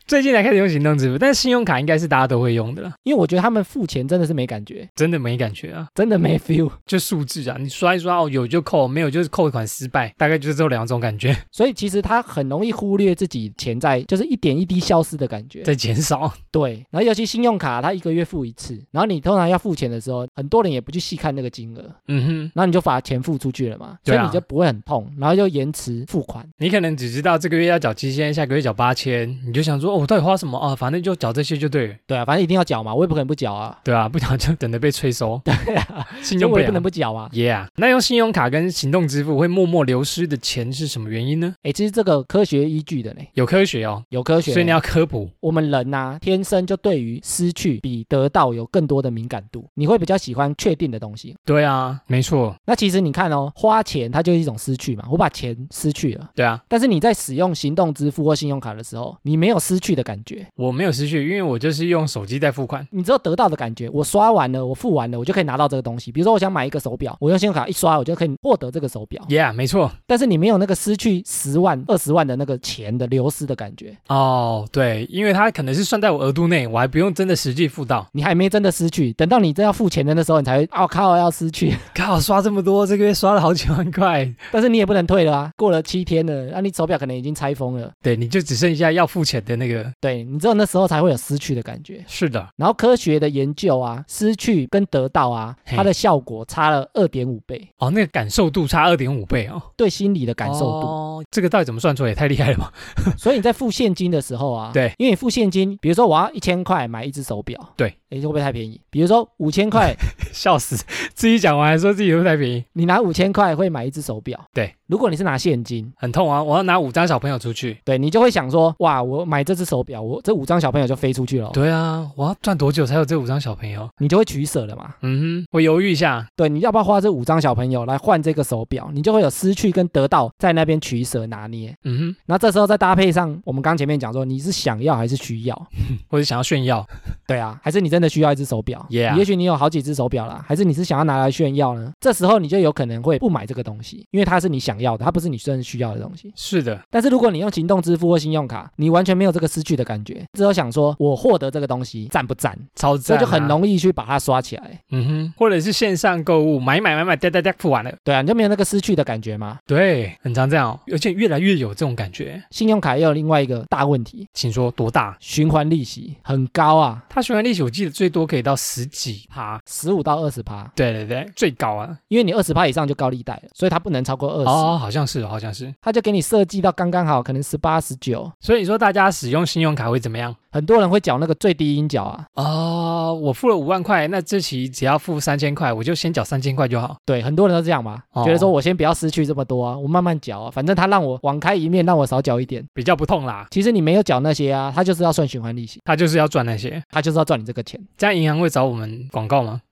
最近才开始用行动支付，但是信用卡应该是大家都会用的了，因为我觉得他们付钱真的是没感觉，真的没感觉啊。真的没 feel， 就数字啊，你刷一刷哦，有就扣，没有就是扣款失败，大概就是这两种感觉 所以其实他很容易忽略自己潜在就是一点一滴消失的感觉。在减少。对，然后尤其信用卡，它一个月付一次，然后你通常要付钱的时候，很多人也不去细看那个金额，嗯哼，然后你就把钱付出去了嘛，所对啊以你就不会很痛，然后就延迟付款。你可能只知道这个月要缴七千，下个月缴八千，你就想说哦，我到底花什么啊？反正就缴这些就对了，对啊，反正一定要缴嘛，我也不可能不缴啊，对啊，不缴就等着被催收。 对啊，信所以用不我也不能良。不缴啊。 Yeah，那用信用卡跟行动支付会默默流失的钱是什么原因呢？哎，其实这个科学依据的呢，有科学哦，有科学。所以你要科普。我们人呐、天生就对于失去比得到有更多的敏感度，你会比较喜欢确定的东西。对啊，没错，那其实你看哦，花钱它就是一种失去嘛，我把钱失去了。对啊，但是你在使用行动支付或信用卡的时候，你没有失去的感觉，我没有失去，因为我就是用手机在付款。你只有得到的感觉。我刷完了，我付完了，我就可以拿到这个东西。比如说，我想买一个手表，我用信用卡一刷，我就可以获得这个手表。 Yeah，没错。但是你没有那个失去十万、二十万的那个钱的流失的感觉，哦，对，因为它可能是算在我额度内，我还不用真的实际付到。你还没真的失去。等到你真要付钱的那时候，你才会哦靠要失去， 靠，刷这么多，这个月刷了好几万块，但是你也不能退了啊。过了七天了，啊那、你手表可能已经拆封了。 对，你就只剩下要付钱的那个。对你只有那时候才会有失去的感觉。是的，然后科学的研究啊，失去跟得到啊，嘿它的效果差了二点五倍，哦，那个感受度差二点五倍哦，对心理的感受度。哦，这个到底怎么算出来？也太厉害了吧？ 所以你在付现金的时候啊，对因为你付现金，比如说我要一千块买一只手表，对诶，会不会太便宜？比如说五千 块，笑死，自己讲完还说自己又太便宜，你拿五千块会买一只手表，对。如果你是拿现金，很痛啊！我要拿五张小朋友出去。对你就会想说，哇，我买这只手表，我这五张小朋友就飞出去了哦，对啊，我要赚多久才有这五张小朋友？你就会取舍了嘛。嗯哼，我犹豫一下。对，你要不要花这五张小朋友来换这个手表？你就会有失去跟得到在那边取舍拿捏。嗯那这时候再搭配上我们刚前面讲说，你是想要还是需要？哼，或者想要炫耀，对啊，还是你真的需要一只手表 Yeah 也许你有好几只手表啦，还是你是想要拿来炫耀呢？这时候你就有可能会不买这个东西，因为它是你想要的，它不是你真的需要的东西。是的，但是如果你用行动支付或信用卡，你完全没有这个失去的感觉，只有想说我获得这个东西赞不赞，超赞、这啊，就很。容易去把它刷起来。嗯哼，或者是线上购物，买买买买，哒哒哒，付完了。对啊，你就没有那个失去的感觉嘛。对，很常这样、哦，而且越来越有这种感觉。信用卡也有另外一个大问题，请说多大？循环利息很高啊。他循环利息我记得最多可以到十几趴。十五到二十趴，对对对，最高啊！因为你二十趴以上就高利贷了，所以它不能超过二十、哦，好像是，好像是。它就给你设计到刚刚好，可能十八、十九。所以你说大家使用信用卡会怎么样？很多人会缴那个最低应缴啊，哦，我付了五万块，那这期只要付三千块，我就先缴三千块就好。对，很多人都这样嘛，哦觉得说我先不要失去这么多啊，我慢慢缴啊，反正他让我网开一面，让我少缴一点。比较不痛啦。其实你没有缴那些啊，他就是要算循环利息，他就是要赚那些，他就是要赚你这个钱。这样银行会找我们广告 吗？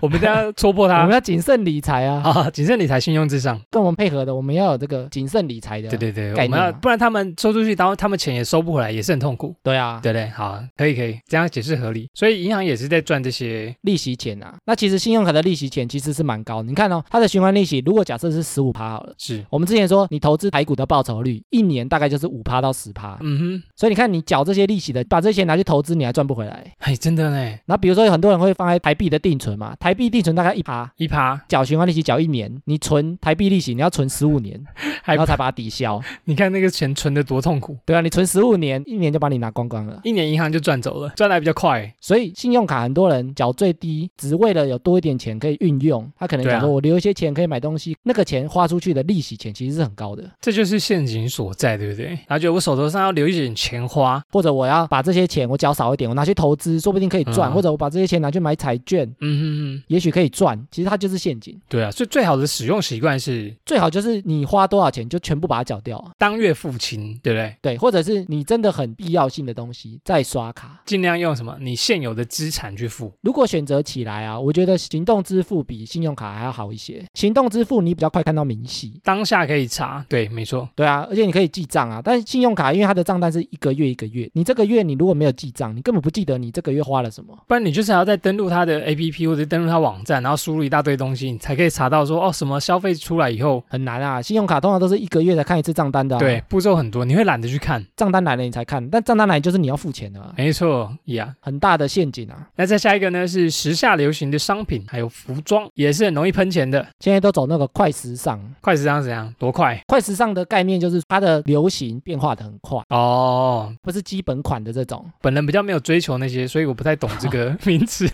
我们这样戳破我他们要谨慎理财啊，啊！谨慎理财，信用至上。跟我们配合的，我们要有这个谨慎理财的。对对对，概我念们要嘛不然他们收出去，然后他们钱也收不回来，也是很痛苦。对啊，对不对，好，可以可以，这样解释合理。所以银行也是在赚这些利息钱啊，那其实信用卡的利息钱其实是蛮高的。你看哦，它的循环利息如果假设是十五趴好了。是，我们之前说，你投资台股的报酬率一年大概就是五趴到十趴，嗯哼，所以你看你缴这些利息的，把这些钱拿去投资，你还赚不回来。哎，真的呢，那比如说有很多人会放在台币的定存嘛，台币定存大概一趴，一趴缴循环利息缴一年，你存台币利息你要存十五年， 还然后才把它抵消。你看那个钱存的多痛苦，对啊，你存十五年，一年就把你拿光光了。一年银行就赚走了，赚的比较快。所以信用卡很多人缴最低，只为了有多一点钱可以运用。他可能对啊想说，我留一些钱可以买东西，那个钱花出去的利息钱其实是很高的。这就是陷阱所在，对不对？然后觉得我手头上要留一点钱花，或者我要把这些钱我缴少一点，我拿去投资，说不定可以赚；嗯或者我把这些钱拿去买彩券，嗯哼哼，也许可以赚。其实它就是陷阱，对啊，所以最好的使用习惯是最好就是你花多少钱就全部把它缴掉啊。当月付清，对不对？对，或者是你真的很必要性的东西再刷卡。尽量用什么你现有的资产去付，如果选择起来啊，我觉得行动支付比信用卡还要好一些。行动支付你比较快看到明细，当下可以查，对，没错，对啊，而且你可以记账啊。但是信用卡因为它的账单是一个月一个月，你这个月你如果没有记账，你根本不记得你这个月花了什么。不然你就是还要再登录它的 APP 或者登录它网站，然后输入一大堆东西，你才可以查到说哦什么消费出来以后，很难啊，信用卡通常都是一个月才看一次账单的、啊。对，，步骤很多，你会懒得去看。账单来了你才看，但账单来就是你要付钱的、啊，没错，呀、很大的陷阱啊！那再下一个呢是时下流行的商品，还有服装，也是很容易喷钱的。现在都走那个快时尚，快时尚怎样？多快？快时尚的概念就是它的流行变化的很快，哦，不是基本款的这种，本人比较没有追求那些，所以我不太懂这 个名词，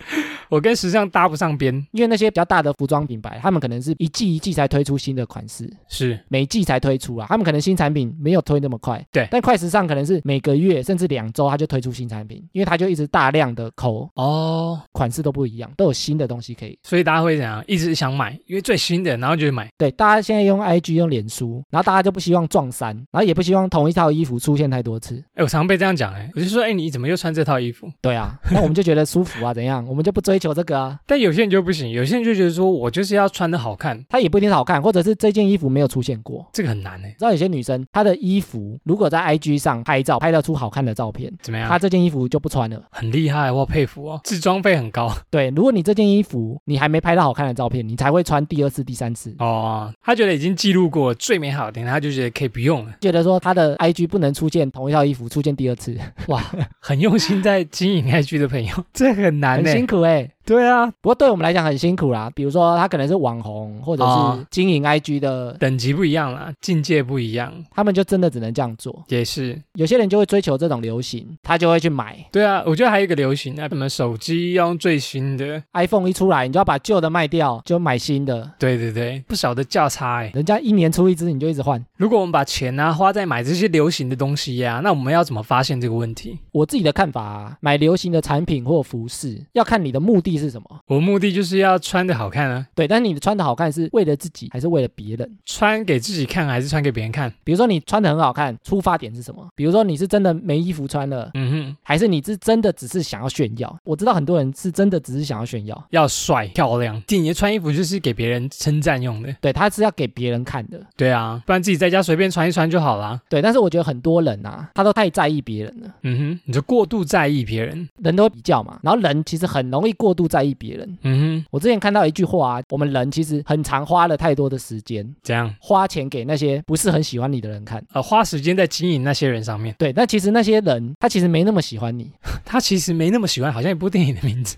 我跟时尚搭不上边。因为那些比较大的服装品牌，他们可能是一季一季才推出新的款式，是，每季才推出啊，他们可能新产品没有推那么快。对但快时尚可能是每个月甚至两周它就推出新产品，因为它就一直大量的口哦，款式都不一样，都有新的东西可以。所以大家会怎样？一直想买，因为最新的，然后就去买。对，大家现在用 IG 用脸书，然后大家就不希望撞衫，然后也不希望同一套衣服出现太多次。哎，我常被这样讲，哎，我就说，哎，你怎么又穿这套衣服？对啊，那我们就觉得舒服啊，怎样？我们就不追求这个啊。但有些人就不行，有些人就觉得说我就是要穿的好看，它也不一定是好看，或者是这件衣服没有出现过。这个很难哎，你知道有些女生，她的衣服如果在 IG 上拍照，拍得出好看的照片，怎么她样？这件衣服就不穿了。很厉害，我佩服哦，制装费很高。对，如果你这件衣服你还没拍到好看的照片，你才会穿第二次、第三次。哦，他觉得已经记录过最美好的，他就觉得可以不用了，觉得说她的 IG 不能出现同一套衣服出现第二次，很用心在经营 IG 的朋友， 这很难欸很呢、辛苦哎、对啊，不过对我们来讲很辛苦啦，比如说她可能是网红，或者哦是经营 IG 的，等级不一样啦，境界不一样，他们就真的只能这样做。也是。有些人就会追求这种流行，他就会去买，对啊，我觉得还有一个流行啊，什么手机要用最新的， iPhone 一出来，你就要把旧的卖掉，就买新的。对对对，不少的价差哎、人家一年出一只，你就一直换。如果我们把钱啊花在买这些流行的东西呀、那我们要怎么发现这个问题？我自己的看法、啊，买流行的产品或服饰，要看你的目的是什么。我目的就是要穿的好看啊，对，但是你穿的好看是为了自己还是为了别人？穿给自己看还是穿给别人看？比如说你穿的很好看，出发点是什么？比如说你是真的没衣服穿了，嗯哼，还是你是真的只是想要炫耀？我知道很多人是真的只是想要炫耀，要帅漂亮，你的穿衣服就是给别人称赞用的。对，他是要给别人看的。对啊，不然自己在家随便穿一穿就好啦。对，但是我觉得很多人啊，他都太在意别人了，嗯哼，你就过度在意别人。人都会比较嘛，然后人其实很容易过度在意别人。嗯哼，我之前看到一句话、啊，我们人其实很常花了太多的时间，怎样？花钱给那些不是很喜欢你的人看。呃，花时间在经营那些人上面，对，但其实那些人他其实没那么喜欢你， 他其实没那么喜欢，好像一部电影的名字。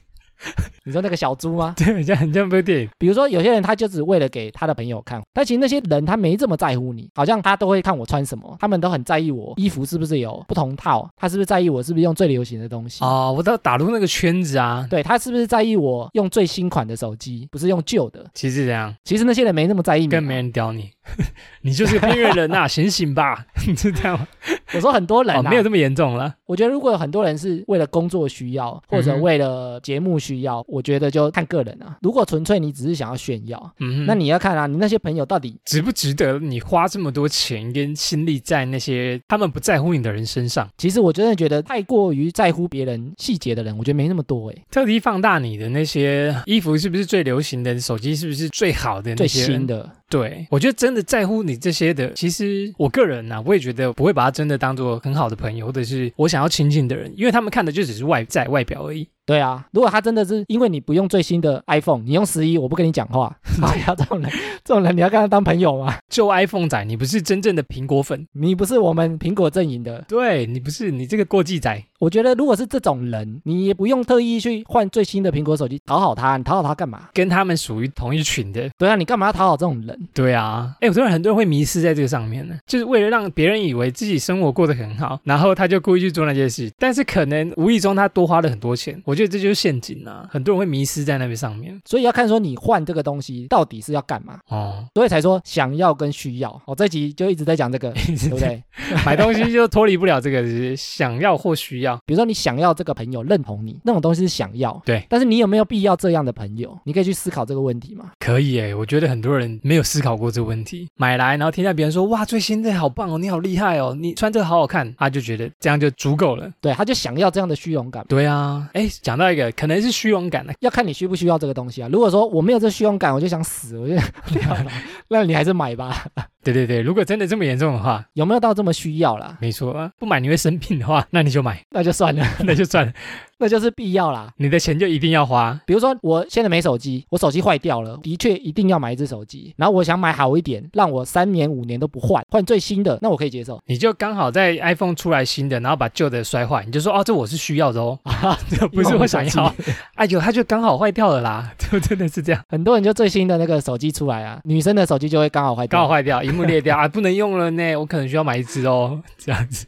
你说那个小猪吗？对，很像很像部电影，比如说有些人他就只为了给他的朋友看，但其实那些人他没这么在乎你，好像他都会看我穿什么，他们都很在意我衣服是不是有不同套，他是不是在意我是不是用最流行的东西。哦，我都打入那个圈子啊，对他是不是在意我用最新款的手机，不是用旧的？其实这样其实那些人没那么在意你啊。更没人屌你， 你就是个边缘人呐、啊 醒醒吧， 你是这样吗？我说很多人、啊哦，没有这么严重了，我觉得如果有很多人是为了工作需要，或者嗯哼为了节目需要，我觉得就看个人啊。如果纯粹你只是想要炫耀，嗯哼，那你要看啊，你那些朋友到底值不值得你花这么多钱跟心力在那些他们不在乎你的人身上？其实我真的觉得太过于在乎别人细节的人，我觉得没那么多欸诶、特地放大你的那些衣服是不是最流行的，手机是不是最好的那最些新的。对，我觉得真的在乎你这些的，其实我个人呐、啊我也觉得不会把他真的当做很好的朋友，或者是我想要亲近的人，因为他们看的就只是外在外表而已。对啊，如果他真的是因为你不用最新的 iPhone，你用十一，我不跟你讲话。 哎呀，这种人，这种人你要跟他当朋友吗？就 iPhone 仔，你不是真正的苹果粉，你不是我们苹果阵营的。对你不是你这个过季仔，我觉得如果是这种人，你也不用特意去换最新的苹果手机讨好他，你讨好他干嘛？跟他们属于同一群的。对啊，你干嘛要讨好这种人？对啊，哎，我突然很多人会迷失在这个上面呢，就是为了让别人以为自己生活过得很好，然后他就故意去做那些事，但是可能无意中他多花了很多钱，我觉得这就是陷阱啊，很多人会迷失在那边上面。所以要看说你换这个东西到底是要干嘛，哦，所以才说想要跟需要。我、这集就一直在讲这 个，对不对？买东西就脱离不了这个，就是想要或需要。 比如说你想要这个朋友认同你，那种东西是想要，对。但是你有没有必要这样的朋友？你可以去思考这个问题嘛。可以诶，我觉得很多人没有思考过这个问题。买来，然后听到别人说哇最新的好棒哦，你好厉害哦，你穿这个好好看，啊他就觉得这样就足够了。对，他就想要这样的虚荣感。对啊，哎，讲到一个可能是虚荣感的，啊要看你需不需要这个东西啊。如果说我没有这虚荣感，我就想死，我就 不要了。那你还是买吧。对对对，如果真的这么严重的话，有没有到这么需要啦？没错啊，不买你会生病的话，那 你就买，那就算了，那就算了，那就是必要啦。你的钱就一定要花。比如说，我现在没手机，我手机坏掉了，的确一定要买一只手机。然后我想买好一点，让我三年五年都不换，换最新的，那我可以 接受。你就刚好在 iPhone 出来新的，然后把旧的摔坏，你就说哦，这我是需要的哦， 这不是我想因为要手。机 哎呦，它就刚好坏掉了啦， 就真的是这样，很多人就最新的那个手机出来啊，女生的手机就会刚好坏刚好掉，坏掉，荧幕裂掉啊，不能用了呢，我可能需要买一只哦，这样子，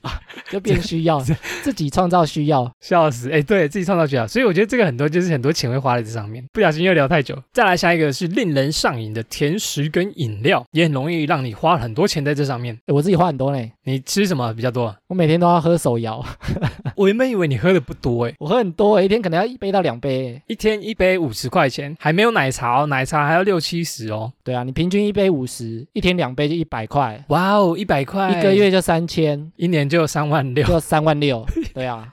就变 需要，自己创造需要。笑死。哎，对自己创造需要，所以我觉得这个很多就是很多钱会花在这上面，不小心又聊太久。再来下一个是令人上瘾的甜食跟饮料，也很容易让你花很多钱在这上面。诶我自己花很多呢，你吃什么比较多啊？ 我每天都要喝手摇，我原本以为你喝的不多哎、我喝很多，一天可能要一杯到两杯耶。一天一杯五十块钱，还没有奶茶哦，奶茶还要六七十哦。对啊，你平均一杯五十，一天两杯就一百块，哇哦，一百块，一个月就三千，一年就三万六， 就三万六。对啊，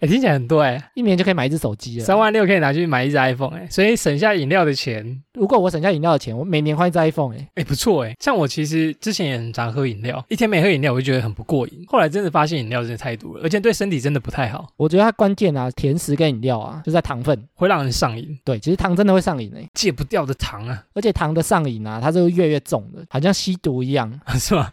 哎，听起来很多哎，一年就可以买一只手机了。三万六可以拿去买一只 iPhone 哎，所以省下饮料的钱，如果我省下饮料的钱，我每年换一只 iPhone 哎、哎，不错哎。像我其实之前也很常喝饮料，一天没喝饮料我就觉得很不过瘾，后来真的发现饮料真的太多了，而且对身体真的不太好，我觉得它关键啊，甜食跟饮料啊，就在糖分。会让人上瘾，对，其实糖真的会上瘾哎、戒不掉的糖啊， 而且糖的上瘾啊，它是会越来越重的，好像吸毒一样。是吧？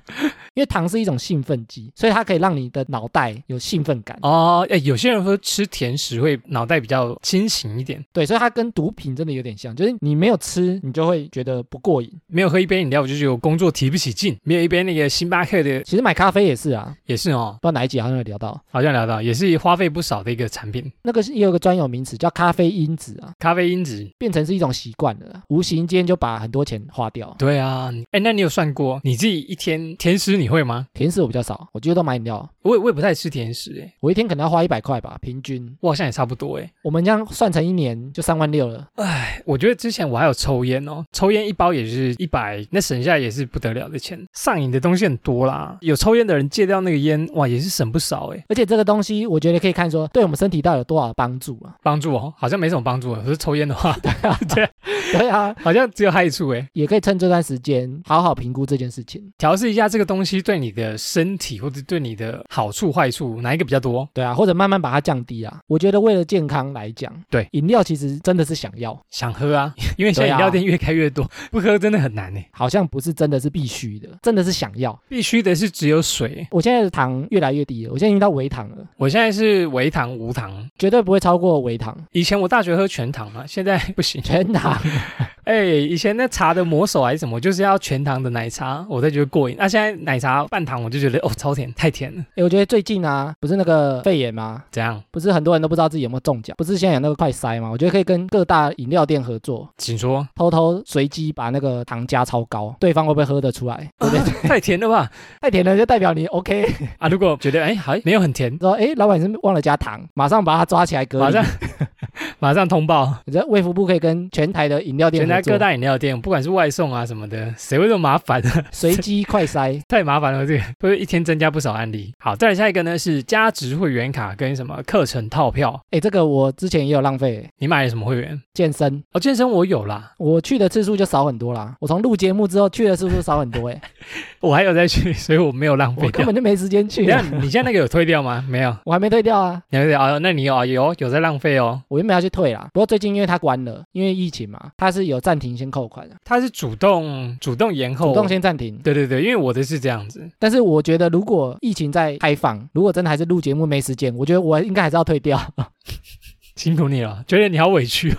因为糖是一种兴奋剂，所以它可以让你的脑袋有兴奋感。哦，哎，有些人说吃甜食会脑袋比较清醒一点，对，所以它跟毒品真的有点像，就是你没有吃，你就会觉得不过瘾。没有喝一杯饮料我就觉得我工作提不起劲，没有一杯那个星巴克的其实买咖啡也是啊，也是哦，不知道哪一集好像有聊到，好像聊到也是花费不少的一个产品，那个是也有个专有名词叫咖啡因子啊，咖啡因子。变成是一种习惯了，无形间就把很多钱花掉。对啊，你哎，那你有算过你自己一天甜食你会吗？甜食我比较少，我几乎都买饮料，我也我也不太吃甜食哎，我一天可能要花一百块吧，平均。我好像也差不多哎。我们这样算成一年就三万六了。哎我觉得之前我还有抽烟哦，抽烟一包也是一百，那省下也是不得了的钱。上瘾的东西很多啦，有抽烟的人戒掉那个烟，哇，也是省不少哎，而且这个东西，我觉得可以看 说，对我们身体到底有多少帮助啊？帮助哦，好像没什么帮助哦。可是抽烟的话，对啊，对啊， 好像只有害处哎。也可以趁这段时间好好评估这件事情。调试一下这个东西对你的身体或者对你的好处坏处哪一个比较多？对啊，或者慢慢把它降低啊。我觉得为了健康来讲，对饮料其实真的是想要，想喝啊， 因为现在饮料店越开越多， 不喝真的很难哎。好像不是真的是必须的，真的是想要。必须的是只有水，我现在的糖越来越低了，我现在已经到微糖了，我现在是微糖无糖。绝对不会超过微糖， 以前我大学喝全糖嘛，现在 不行。全糖。哎、以前那茶的魔手还是什么，就是要全糖的奶茶，我才觉得过瘾。那、现在奶茶半糖，我就觉得哦，超甜，太甜了。哎，我觉得最近啊，不是那个肺炎吗？怎样？不是很多人都不知道自己有没有中奖，不是现在有那个快筛吗？我觉得可以跟各大饮料店合作，请说。偷偷随机把那个糖加超高，对方会不会喝得出 来？对不对？太甜了吧？太甜了就代表你 OK。啊，如果觉得哎好像没有很 甜，说哎，老板是不是忘了加糖，马上把他抓起来隔离。马上马上通报。你知道卫福部可以跟全台的饮料店全合台作，各大饮料店，不 管是外送啊什么的，谁会这么麻烦啊？随机快 筛，太麻烦了，这个会不会一天增加不少案例？好，再来下一个呢是加值会员卡跟什么课程套票，哎，这个我之前也有浪费。你买了什么会员？健身，哦，健身我有啦，我去的次数就少很多啦。我从录节目之后去的次数少很 多、哎，我还有在去，所以我没有浪费我根掉。 哦本就没时间去你啊、看你现在那个有退掉吗？没有，我还没退掉啊，你有退哦，那你有啊有有在浪费哦。我原本要去退啦，不过最近因为它关了，因为疫情嘛，它是有暂停先扣款的，他是主动主动延后，主动先暂停。对对对，因为我的是这样子，但是我觉得如果疫情再开放，如果真的还是录节目没时间，我觉得我应该还是要退掉。 辛苦你了，觉得你好委屈哦。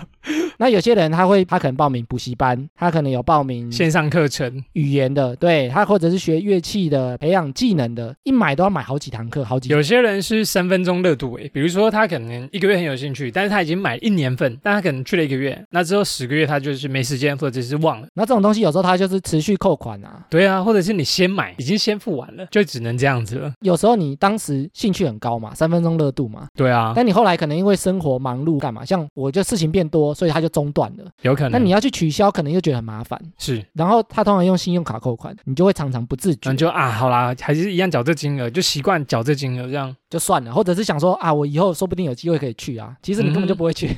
那有些人他会，他可能报名补习班，他可能有报名线上课程，语言的，对他或者是学乐器的，培养技能的，一买都要买好几堂课，好几。有些人是三分钟热度诶，比如说他可能一个月很有兴趣，但是他已经买了一年份，但他可能去了一个月，那之后十个月他就是没时间或者是忘了。那这种东西有时候它就是持续扣款啊，对啊，或者是你先买，已经先付完了，就只能这样子了。有时候你当时兴趣很高嘛，三分钟热度嘛，对啊，但你后来可能因为生活忙碌干嘛，像我就事情变多，所以它就中断了。有可那能你要去取消，可能又觉得很麻烦。是，然后他通常用信用卡扣款，你就会常常不自觉，那就啊，好啦，还是一样缴这金额，就习惯缴这金额这样。就算了，或者是想说啊，我以后说不定有机会可以去啊，其实你根本就嗯不会去。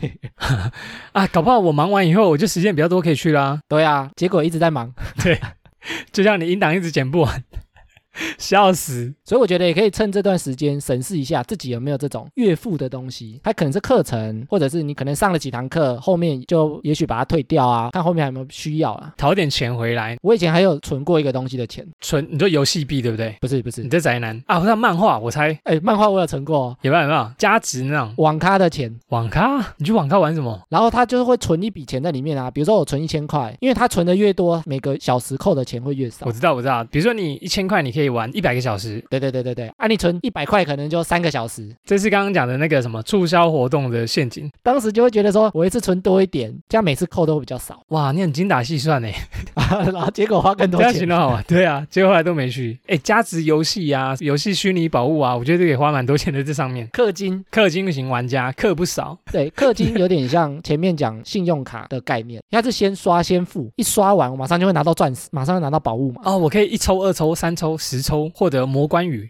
啊，搞不好我忙完以后，我就时间比较多可以去啦。对啊，结果一直在忙，就像你音档一直剪不完， 笑死。所以我觉得也可以趁这段时间审视一下自己有没有这种月付的东西，它可能是课程，或者是你可能上了几堂课，后面就也许把它退掉啊，看后面还有没有需要啊。讨点钱回来，我以前还有存过一个东西的钱，存你说游戏币对不对？不是不是你，这宅男啊，我像漫画，我猜哎，漫画我有存过哦、有没有有没有加值那种网咖的钱，网咖？你去网咖玩什么？然后他就是会存一笔钱在里面啊，比如说我存一千块，因为他存的越多，每个小时扣的钱会越少我。知道我知道，比如说你一千块，你可以玩一百个小时，对对对对对，啊，你存一百块可能就三个小时，这是刚刚讲的那个什么促销活动的陷阱。当时就会觉得说我一次存多一点，这样每次扣都会比较少， 哇，你很精打细算呢，欸然后结果花更多这样钱行。得好吗？对啊，结果后来都没去。哎，加值游戏啊，游戏虚拟宝物啊，我觉得这个也花蛮多钱的这上面。氪金，氪金型玩家氪不少，对，氪金有点像前面讲信用卡的概念，它是先刷先付，一刷完我马上就会拿到钻石，马上就拿到宝物 嘛。哦，我可以一抽、二抽、三抽、十抽获得魔关羽，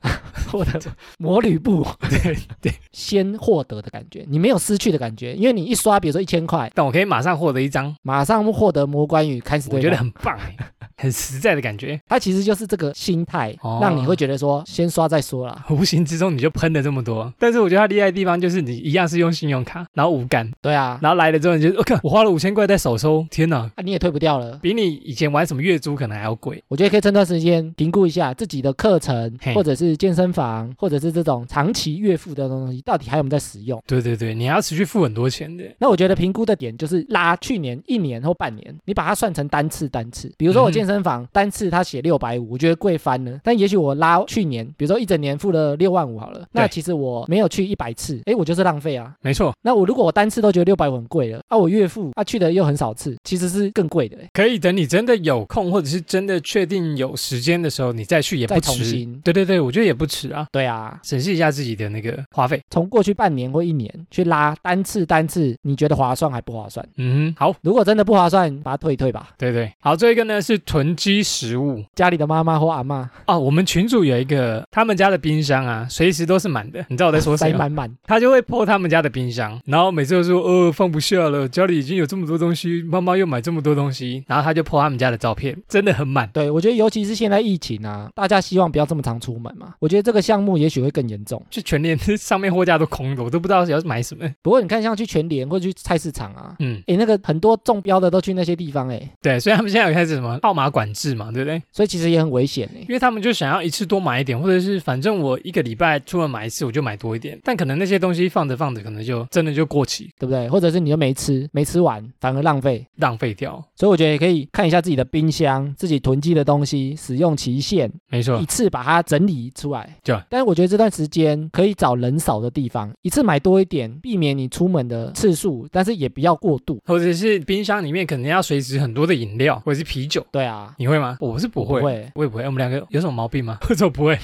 获得魔吕布，对对，先获得的感觉，你没有失去的感觉，因为你一刷，比如说一千块，但我可以马上获得一张，马上获得魔关羽开始对我觉话，得很棒哎，很实在的感觉。它其实就是这个心态，哦让你会觉得说先刷再说啦。无形之中你就喷了这么多，但是我觉得它厉害的地方就是你一样是用信用卡，然后无感，对啊，然后来了之后你就，我、靠，我花了五千块在手抽，天哪，啊你也退不掉了。比你以前玩什么月租可能还要贵。我觉得可以趁段时间评估一下自己的课程嘿，或者是健身房，或者是这种长期月付的东西，到底还有没有在使用。对对对，你还要持续付很多钱的。那我觉得评估的点就是拉去年一年或半年，你把它算成单次单次。比如说我嗯健身房单次它写六百五，我觉得贵翻了。但也许我拉去年，比如说一整年付了六万五好了，那对其实我没有去一百次，诶，我就是浪费啊。没错，那我如果我单次都觉得六百五很贵了，啊，我月付啊去的又很少次，其实是更贵的、诶可以等你真的有空，或者是真的确定有时间的时候，你再去也不再重迟。新。对对对，我觉得也不迟啊，对啊，审视一下自己的那个花费。从过去半年或一年去拉单次单次，你觉得划算还不划算？嗯哼，好，如果真的不划算，把它退一退吧。对对，好，最后一个呢是囤积食物家里的妈妈或阿妈啊、我们群主有一个，他们家的冰箱啊，随时都是满的。你知道我在说谁啊塞吗？满满，他就会破他们家的冰箱，然后每次都说呃放不下了，家里已经有这么多东西，妈妈又买这么多东西，然后他就破他们家的照片，真的很满。对我觉得尤其是现在疫情啊，大家希望不要这么常出门嘛，我觉得这个项目也许会更严重。去全联上面货架都空的，我都不知道要买什么。不过你看，像去全联或去菜市场啊， 嗯，诶，那个很多中标的都去那些地方诶，对，所以他们现在有开始什么号码管制嘛，对不对？所以其实也很危险诶。因为他们就想要一次多买一点，或者是反正我一个礼拜出门买一次，我就买多一点。但可能那些东西放着放着，可能就真的就过期，对不对？或者是你又没吃，没吃完反而浪费。浪费掉。所以我觉得也可以看一下自己的冰箱，自己囤积的东西使用期限，没错一，次把它整理出来。对但是我觉得这段时间可以找人少的地方，一次买多一点，避免你出门的次数，但是也不要过度。或者是冰箱里面可能要随时很多的饮料或者是啤酒，对啊，你会吗？我是不会，不会。我也不会。我们两个有什么毛病吗？ 我怎么不会？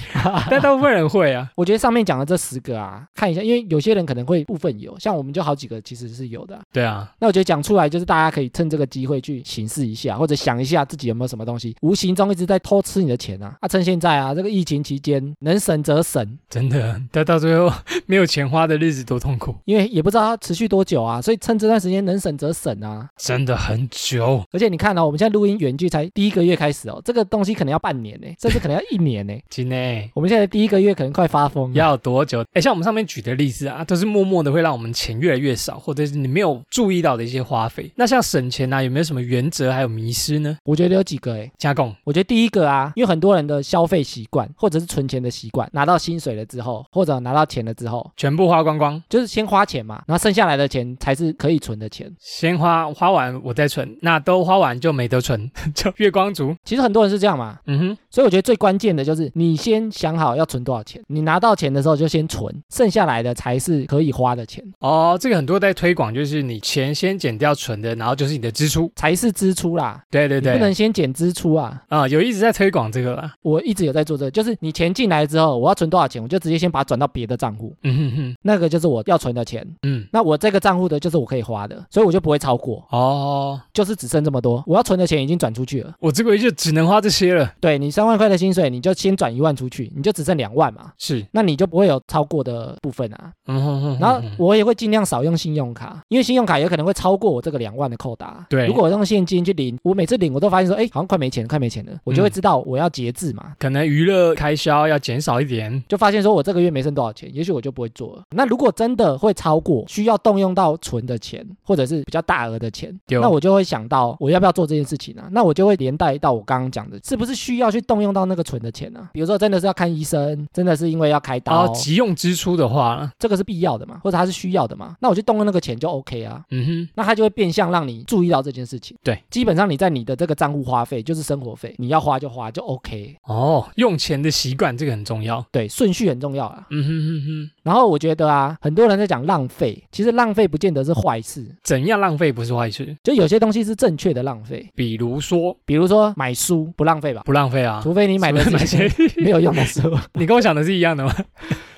但大部分人会啊。我觉得上面讲的这十个啊，看一下，因为有些人可能会部分有，像我们就好几个其实是有的啊、对啊，那我觉得讲出来，就是大家可以趁这个机会去行事一下，或者想一下自己有没有什么东西无形中一直在偷吃你的钱啊！啊，趁现在啊，这个疫情期间能省则省，真的，但到最后没有钱花的日子多痛苦，因为也不知道它持续多久啊，所以趁这段时间能省则省啊！真的很久。而且你看哦，我们现在录音远距才第一个月开始哦，这个东西可能要半 年呢、甚至可能要一年呢、今天我们现在第一个月可能快发疯了，要多久？哎，像我们上面举的例子啊，都是默默的会让我们钱越来越少，或者是你没有注意到的一些花费。那像省钱啊，有没有什么原则还有迷失呢？我觉得有几个诶、加工我觉得第一个啊，因为很多人的消费习惯或者是存钱的习惯，拿到薪水了之后，或者拿到钱了之后，全部花光光，就是先花钱嘛，然后剩下来的钱才是可以存的钱。先花花完我再存，那都花完就没得存， 就月光族。其实很多人是这样嘛，嗯哼，所以我觉得最关键的就是你先想好要存多少钱，你拿到钱的时候就先存，剩下来的才是可以花的钱，哦，这个很多在推广，就是你钱先减掉存的，然后就是你的支出。才是支出啦。对对对，你不能先减支出啊！啊、有一直在推广这个啦。我一直有在做这个就是你钱进来之后，我要存多少钱，我就直接先把它转到别的账户，嗯哼哼，那个就是我要存的钱。嗯，那我这个账户的就是我可以花的，所以我就不会超过，哦，就是只剩这么多。我要存的钱已经转出去了，我这个月就只能花这些了。对你三万块的薪水，你就先转一万出去，你就只剩两万嘛，是，那你就不会有超过的部分啊。嗯哼哼哼然后哼我也会尽量少用信用卡，因为信用卡有可能会超过我这个两万的扣打。对如果我用现金去领，我每次领我都发现说，哎，好像快没钱，快没钱了，嗯我就会知道我要节制嘛。可能娱乐开销要减少一点。就发现说我这个月没剩多少钱，也许我就不会做了。那如果真的会超过，需要动用到存的钱，或者是比较大额的钱，有那我就会想到我要不要做这件事情啊？那我就会连带到我刚刚讲的，是不是需要去动用到那个存的钱啊？比如说真的是要看医生，真的是因为要开然刀，后急用支出的话，这个是必要的嘛，或者它是需要的嘛？那我去动用那个钱就 OK 啊。嗯那它就会变相让你注意到这件事情。对，基本上你在你的这个账户花费就是生活费，你要花就花就 OK。哼，哦，用钱的习惯这个很重要。对，顺序很重要啊。嗯哼哼哼，然后我觉得啊，很多人在讲浪费，其实浪费不见得是坏事，怎样浪费不是坏事？就有些东西是正确的浪费，比如说比如说买书不浪费吧，不浪费啊，除非你买的是不是是 买一些 没有用的书， 你跟我想的是一样的吗？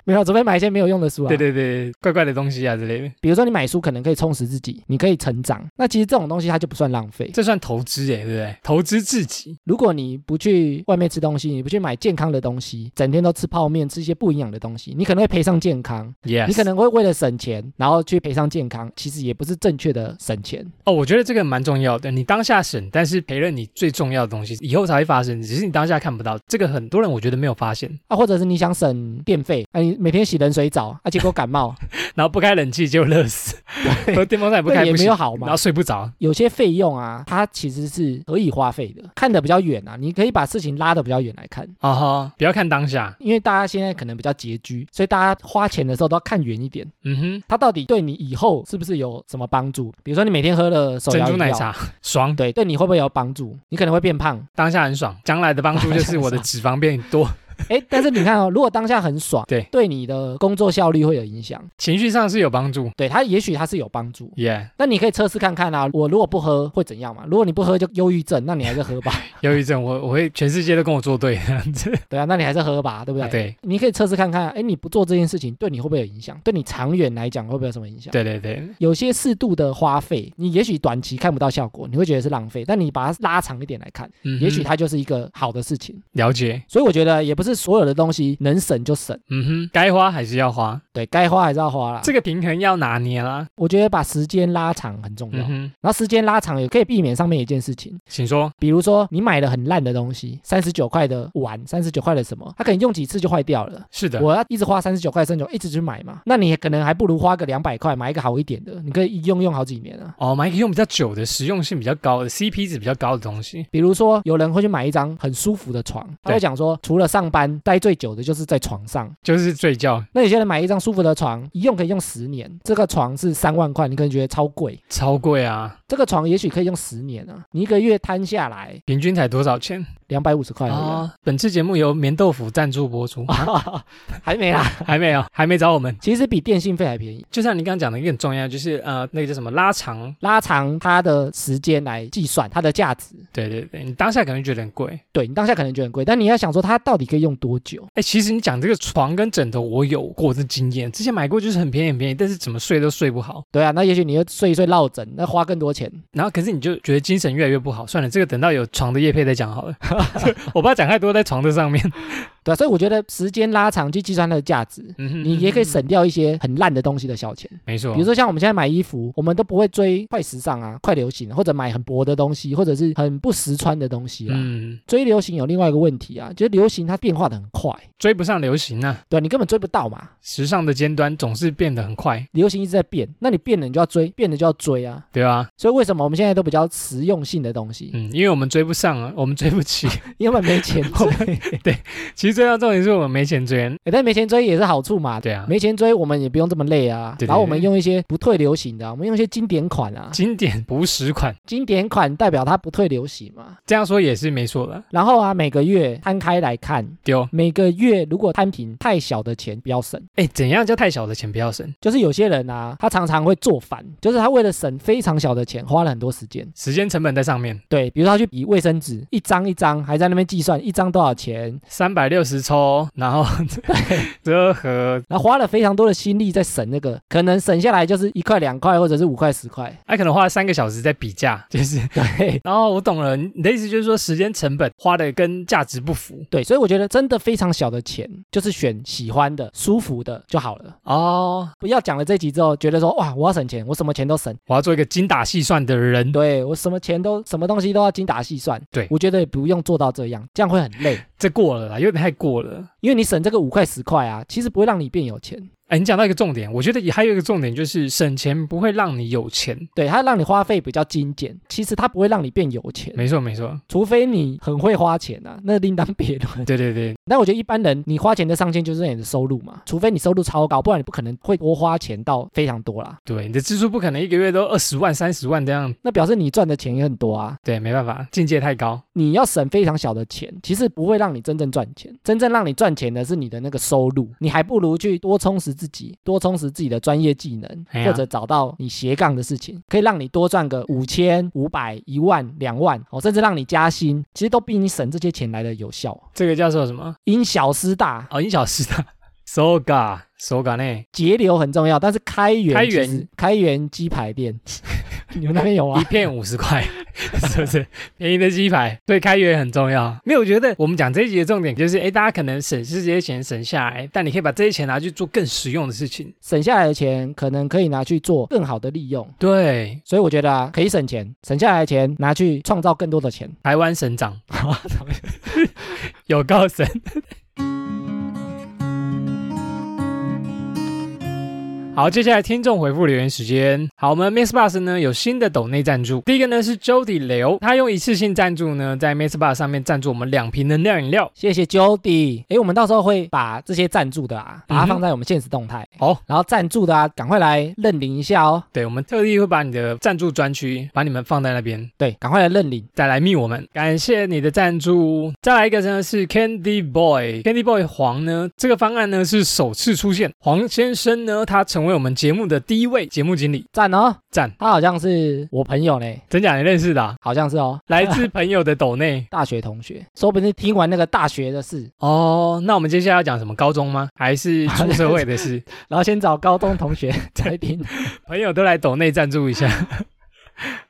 没有，除非买一些没有用的书啊。对，对对，怪怪的东西啊之类的，比如说你买书可能可以充实自己，你可以成长，那其实这种东西它就不算浪费。这算投资哎、对不对？投资自己，如果你不去外面吃东西，你不去买健康的东西，整天都吃泡面，吃一些不营养的东西，你可能会赔上健康。 yes，你可能会为了省钱，然后去赔上健康，其实也不是正确的省钱。哦，我觉得这个蛮重要的。你当下省，但是赔了你最重要的东西，以后才会发生，只是你当下看不到。这个很多人我觉得没有发现，啊，或者是你想省电费，啊，你每天洗冷水澡，啊，结果感冒，然后不开冷气就热 死，和电风 扇也不对开也不没行有，好然嘛后。睡不着。有些费用啊，它其实是可以花费的，看得比较远啊，你可以把事情拉得比较远来看，啊哈，不要看当下。因为大家现在可能比较拮据，所以大家花钱的时候都要看远一点，嗯它到底对你以后是不是有什么帮助？比如说你每天喝了 手哼，摇珍饮珠奶料茶爽，对，对你会不会有帮助？你可能会变胖， 当下很爽，将来的帮助就是我的脂肪变多。哎，但是你看哦，如果当下很爽，对对你的工作效率会有影响，情绪上是有帮助。对它也许它是有帮助。耶、那你可以测试看看啊，我如果不喝会怎样嘛？如果你不喝就忧郁症，那你还是喝吧，忧郁症，我我会全世界都跟我作 对这样子。对啊，那你还是喝吧，对 不对？啊对你可以测试看看，哎，你不做这件事情对你会不会有影响？对你长远来讲会不会有什么影响？对对对，有些适度的花费，你也许短期看不到效果，你会觉得是浪费，但你把它拉长一点来看，嗯哼，也许它就是一个好的事情。了解，所以我觉得也不是所有的东西能省就省，嗯哼，该花还是要花，对该花还是要花啦。这个平衡要拿捏啦。我觉得把时间拉长很重要，嗯哼，然后时间拉长也可以避免上面一件事情，请说。比如说你买了很烂的东西，三十九块的碗，三十九块的什么，它可能用几次就坏掉了。是的，我要一直花三十九块、三十九，一直去买嘛，那你可能还不如花个两百块买一个好一点的，你可以一用用好几年啊。哦，买一个用比较久的、实用性比较高的、CP 值比较高的东西。比如说，有人会去买一张很舒服的床，他会对讲说，除了上班待最久的就是在床上。就是睡觉那有些人买一张舒服的床，一用可以用十年，这个床是三万块，你可能觉得超贵，超贵啊，这个床也许可以用十年啊，你一个月摊下来平均才多少钱两百五十块而已啊、哦？本次节目由棉豆腐赞助播出， 还没啦，还没有，还没找我们。其实比电信费还便宜。就像你刚刚讲的一个很重要，就是呃，那个叫什么拉长，拉长它的时间来计算它的价值，对对对，你当下可能觉得很贵。对你当下可能觉得很贵，但你要想说它到底可以用多久？哎，其实你讲这个床跟枕头，我有过这经验，之前买过就是很便宜很便宜，但是怎么睡都睡不好。对啊，那也许你又睡一睡落枕，那花更多钱。然后可是你就觉得精神越来越不好，算了，这个等到有床的叶配再讲好 了。我不要讲太多在床的上面，对啊，所以我觉得时间拉长去计算它的价值，嗯哼嗯啊你也可以，省掉一些很烂的东西的小钱。没错，比如说像我们现在买衣服，我们都不会追快时尚啊、快流行，或者买很薄的东西，或者是很不实穿的东西啊。嗯，追流行有另外一个问题啊，就是流行它变化的很快，追不上流行啊，对啊、你根本追不到嘛。时尚的尖端总是变得很快，流行一直在变，那你变了你就要追，变了就要追啊。对吧？所以为什么我们现在都比较实用性的东西？嗯，因为我们追不上啊， 我们追不起。因为没钱 追， 其实追到重点是我们没钱追，啊欸但没钱追也是好处嘛。对啊，没钱追，我们也不用这么累啊。对对然后我们用一些不退流行的啊、我们用一些经典款啊。经典朴实款，经典款代表它不退流行嘛。这样说也是没错的。然后啊，每个月摊开来看，丢，每个月如果摊平太小的钱不要省，哎，怎样叫太小的钱不要省？就是有些人啊，他常常会做反，就是他为了省非常小的钱，花了很多时间。时间成本在上面，对，比如说他去比卫生纸，一张一张，还在那边计算一张多少钱，三百六十抽，然后 折合，然后花了非常多的心力在省那个，可能省下来就是一块两块或者是五块 十块。哎，可能花了三个小时在比价，就是。对然后我懂了，你的意思就是说时间成本花的跟价值不符 对，所以我觉得真的非常小的钱，就是选喜欢的、舒服的就好了。哦。不要讲了这集之后，觉得说哇，我要省钱，我什么钱都省，我要做一个精打细算的人，对我什么钱都什么东西都要精打细算。对我觉得也不用做到这样，这样会很 累。这过了啦，有点太过了。因为你省这个五块十块啊，其实不会让你变有钱，哎，你讲到一个重点，我觉得也还有一个重点就是省钱不会让你有钱。对它让你花费比较精简，其实它不会让你变有钱，没错，没 错，除非你很会花钱啊，那另当别论。对对对，但我觉得一般人你花钱的上限就是你的收入嘛，除非你收入超高，不然你不可能会多花钱到非常多啦。对，你的支出不可能一个月都二十万、三十万这样，那表示你赚的钱也很多啊。对，没办法，境界太高。你要省非常小的钱，其实不会让你真正赚钱。真正让你赚钱的是你的那个收入，你还不如去多充实自己，多充实自己的专业技能，哎呀或者找到你斜杠的事情，可以让你多赚个五千、五百、一万、两万，哦，甚至让你加薪，其实都比你省这些钱来的有效。这个叫做什么？因小失大，哦，因小失 大，soga soga 呢？节流很重要，但是开源开源其实开源鸡排 店，你们那边有一啊？片五十块， 是不是？便宜的鸡排，对开源很重要。没有，我觉得我们讲这一集的重点就是，哎，大家可能省是这些钱省下来，但你可以把这些钱拿去做更实用的事情。省下来的钱可能可以拿去做更好的利用。对，所以我觉得啊，可以省钱，省下来的钱拿去创造更多的钱。台湾省长， 有高 省。好，接下来听众回复留言时间。好，我们 Miss Bus 呢有新的抖内赞助，第一个呢是 Jody 刘，他用一次性赞助呢在 Miss Bus 上面赞助我们两瓶能量饮料。谢谢 Jody。诶，我们到时候会把这些赞助的啊，把嗯它哼放在我们现实动态，嗯好，然后赞助的啊，赶快来认领一下哦。对，我们特地会把你的赞助专区把你们放在那边，对，赶快来认领。再来密我们，感谢你的赞助。再来一个呢是 Candy Boy，Candy Boy 黄呢这个方案呢是首次出现，黄先生呢他成为我们节目的第一位节目经理，赞哦，赞，他好像是我朋友嘞，真假你认识的、啊，好像是哦，。来自朋友的抖内大学同学，说不定听完那个大学的事，哦，那我们接下来要讲什么？高中吗？还是出社会的事？然后先找高中同学 来听。朋友都来抖内赞助一下，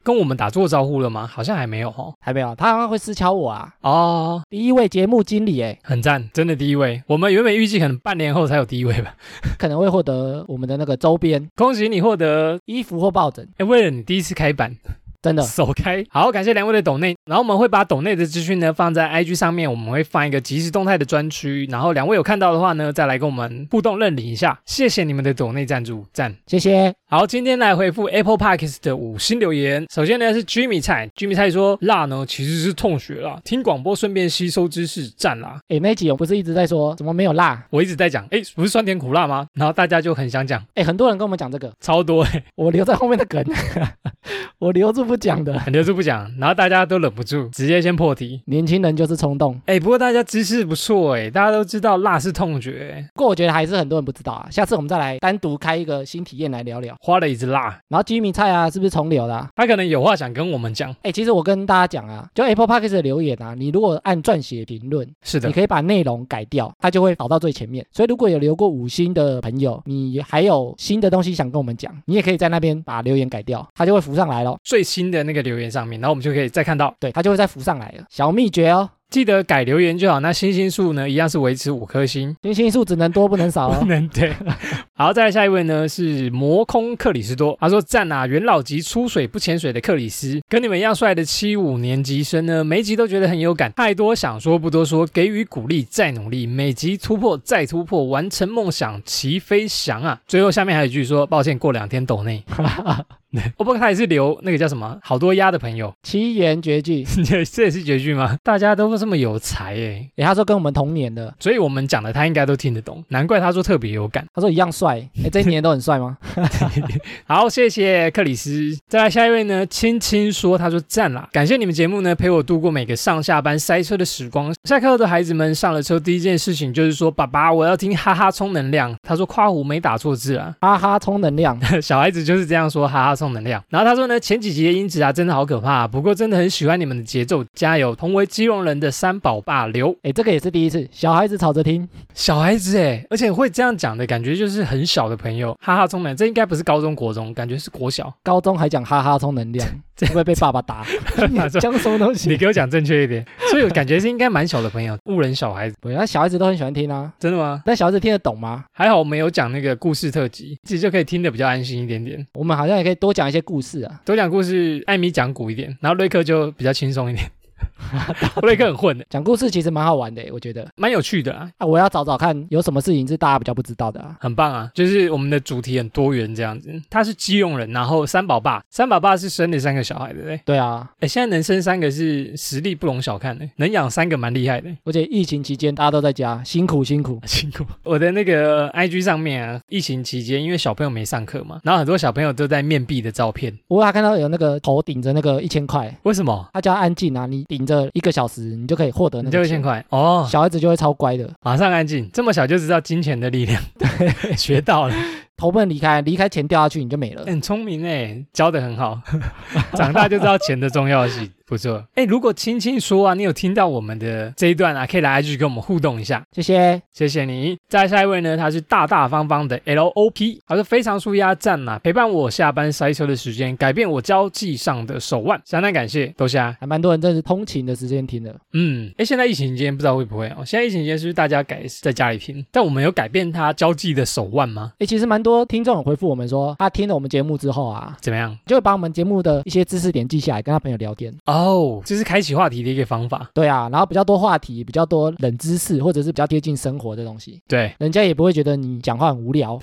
跟我们打做招呼了吗？好像还没有哦。还没有，他好像会私敲我啊。哦，第一位节目经理，哎，很赞，真的第一位。我们原本预计可能半年后才有第一位吧。可能会获得我们的那个周边恭喜你获得，衣服或抱枕，哎，为了你第一次开版，真的首开。好，感谢两位的抖内，然后我们会把抖内的资讯呢放在 IG 上面，我们会放一个即时动态的专区，然后两位有看到的话呢，再来跟我们互动认领一下。谢谢你们的抖内赞助，赞。谢谢。好，今天来回复 Apple Parkes 的五星留言。首先呢是 Jimmy 菜，Jimmy 菜说辣呢其实是痛学啦，听广播顺便吸收知识，赞啦！哎，那一集我不是一直在说怎么没有辣？我一直在讲，哎，不是酸甜苦辣吗？然后大家就很想讲，哎，很多人跟我们讲这个，超多哎，我留在后面的梗， 我留住不讲的。很留住不讲，然后大家都忍不住，直接先破题。年轻人就是冲动，哎，不过大家知识不错哎，大家都知道辣是痛觉欸，不过我觉得还是很多人不知道啊。下次我们再来单独开一个新体验来聊聊。花了一只辣，然后居民菜啊，是不是重留啦、啊？他可能有话想跟我们讲。哎，其实我跟大家讲啊，就 Apple Podcast 的留言啊，你如果按撰写评论，是的你，可以把内容改掉，它就会跑到最前面。所以如果有留过五星的朋友，你还有新的东西想跟我们讲，你也可以在那边把留言改掉，它就会浮上来咯。最新的那个留言上面，然后我们就可以再看到。对，它就会再浮上来了。小秘诀哦，记得改留言就好，那星星数呢一样是维持五颗星。星星数只能多不能少不哦。 能对。好，再来下一位呢是魔空克里斯多，他说赞啊，元老级出水不潜水的克里斯，跟你们一样帅的七五年级生呢，每一集都觉得很有感，太多想说不多说，给予鼓励再努力，每集突破再突破，完成梦想齐飞翔啊！最后下面还有一句说，抱歉过两天抖内， 哦不过他也是留那个叫什么好多鸭的朋友， 七言绝句，这也是绝句吗？大家都这么有才诶、诶，他说跟我们同年的，所以我们讲的他应该都听得懂，难怪他说特别有感。他说一样帅，诶，这一年都很帅吗？ 好，谢谢克里斯。再来下一位呢，青青说，他说赞啦，感谢你们节目呢，陪我度过每个上下班塞车的时光。下课后的孩子们上了车，第一件事情就是说，爸爸，我要听哈哈充能量。他说夸胡没打错字啊， 哈哈，充能量，小孩子就是这样说，哈哈充能量。然后他说呢，前几集的音质啊，真的好可怕、不过真的很喜欢你们的节奏，加油！同为基隆人的三宝爸刘，诶，这个也是第一次，小孩子吵着听，小孩子哎，而且会这样讲的感觉就是很小的朋友，哈哈充能，这应该不是高中国中，感觉是国小。高中还讲哈哈充能量，会不会被爸爸打？讲什么 东你西？给我讲正确一点，所以我感觉是应该蛮小的朋友 误人小孩子，不，那小孩子都很喜欢听啊。真的吗？但小孩子听得懂吗？还好我们有讲那个故事特辑，自己就可以听得比较安心一点点。我们好像也可以多讲一些故事啊。多讲故事，艾米讲古一点，然后瑞克就比较轻松 一点。瑞克很混的，讲故事其实蛮好玩的，我觉得蛮有趣的啊，啊，我要找找看有什么事情是大家比较不知道的啊。很棒啊！就是我们的主题很多元这样子。他是基隆人，然后三宝爸，三宝爸是生了三个小孩的嘞。对啊，哎，现在能生三个是实力不容小看的，能养三个蛮厉害的。而且疫情期间大家都在家，辛苦辛 苦。辛苦。我的那个 IG 上面啊，疫情期间因为小朋友没上课嘛，然后很多小朋友都在面壁的照片。我还看到有那个头顶着那个一千块，为什么？他叫安静啊，你顶着一个小时，你就可以获得那你就个一千，块哦，小孩子就会超乖的。马上安静。这么小就知道金钱的力量，对， 学到了，头不能离开，离开钱掉下去你就没了。很聪明哎，教的很 好，长大就知道钱的重要性，不错。哎，如果青青说啊，你有听到我们的这一段啊，可以来 IG 跟我们互动一下。谢谢，谢谢你。再下一位呢，他是大大方方的 L O P，他说非常舒压赞啊呐，陪伴我下班塞车的时间，改变我交际上的手腕，相当感谢豆虾。还蛮多人真是通勤的时间听的。嗯，哎，现在疫情期间不知道会不会哦，现在疫情期间是不是大家改在家里听？但我们有改变他交际的手腕吗？诶，其实蛮多听众有回复我们说，他听了我们节目之后啊，怎么样？就会把我们节目的一些知识点记下来，跟他朋友聊天。哦，这是开启话题的一个方法。对啊，然后比较多话题，比较多冷知识，或者是比较贴近生活的东西，对，人家也不会觉得你讲话很无聊，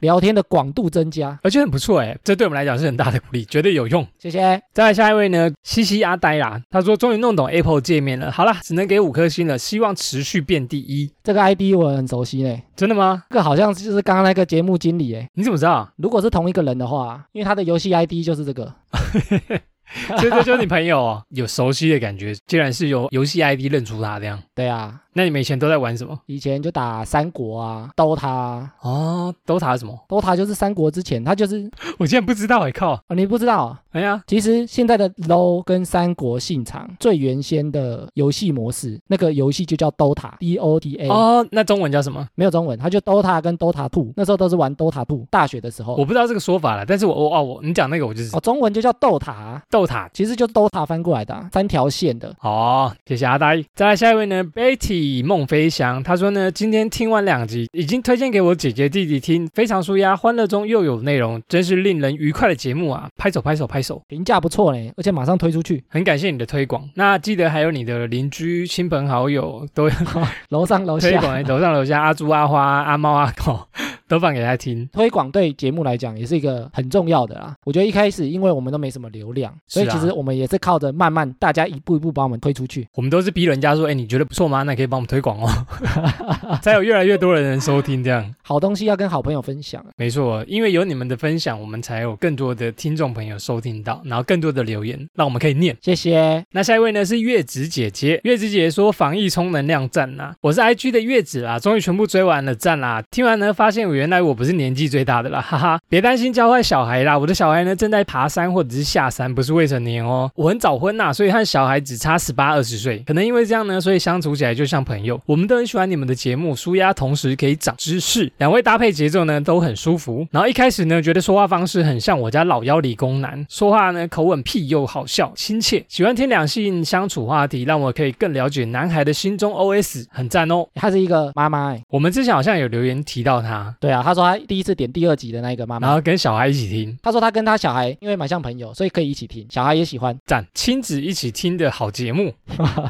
聊天的广度增加。而且很不错哎，这对我们来讲是很大的鼓励，绝对有用。谢谢。再来下一位呢，西西阿呆啦，他说终于弄懂 Apple 界面了，好啦，只能给五颗星了，希望持续变第一。这个 ID 我很熟悉呢，真的吗？这个好像就是刚刚那个节目经理诶。你怎么知 道？如果是同一个人的话，因为他的游戏 ID 就是这个，这这就是你朋友哦，有熟悉的感觉，竟然是由游戏 ID 认出他这样。对啊，那你们以前都在玩什么？以前就打三国啊，DOTA 啊哦，都打什么？ ，DOTA 就是三国之前，它就是我竟然不知道哎、靠！哦，你不知道啊，哎呀，其实现在的 LO 跟三国信长最原先的游戏模式，那个游戏就叫 DOTA，D O T A，、哦，那中文叫什么？没有中文，它就 DOTA 跟 DOTA Two，那时候都是玩 DOTA Two，大学的时候我，不知道这个说法了，但是我我哦我你讲那个我就知道哦，中文就叫斗塔，斗塔。其实就 DOTA 翻过来的啊、三条线的。哦，谢谢阿呆。再来下一位呢，Betty 孟飞翔，她说呢，今天听完两集，已经推荐给我姐姐弟弟听，非常舒压，欢乐中又有内容，真是令人愉快的节目啊！拍手拍手拍手，评价不错呢，而且马上推出去，很感谢你的推广。那记得还有你的邻居、亲朋好友都要楼上楼推下广，楼上楼下阿猪、阿花、阿猫、阿狗 都放给他听。推广对节目来讲也是一个很重要的啦。我觉得一开始因为我们都没什么流量，所以是啊其实我们也是靠着慢慢大家一步一步把我们推出去。我们都是逼人家说，哎、你觉得不错吗？那可以帮我们推广哦，才有越来越多的人收听这样。好东西要跟好朋友分享，啊没错，因为有你们的分享，我们才有更多的听众朋友收听到，然后更多的留言，让我们可以念。谢谢。那下一位呢是月子姐姐，月子姐姐说防疫充能量赞啦、我是 IG 的月子啊啦，终于全部追完了，赞啦！听完呢，发现我原来我不是年纪最大的啦，哈哈！别担心教坏小孩啦，我的小孩呢正在爬山或者是下山，不是未成年哦。我很早婚呐、所以和小孩只差十八二十岁，可能因为这样呢，所以相处起来就像朋友。我们都很喜欢你们的节目，舒压同时可以长知识，两位搭配节奏呢都很舒服。然后一开始呢，觉得说话方式很像我家老妖理工男，说话呢口吻屁又好笑亲切，喜欢听两性相处话题，让我可以更了解男孩的心中 OS，很赞哦。她是一个妈妈、欸，我们之前好像有留言提到他，对啊，她说她第一次点第二集的那一个妈然妈，后跟小孩一起听，她说她跟她小孩因为蛮像朋友，所以可以一起听，小孩也喜欢。啊赞，亲子一起听的好节目，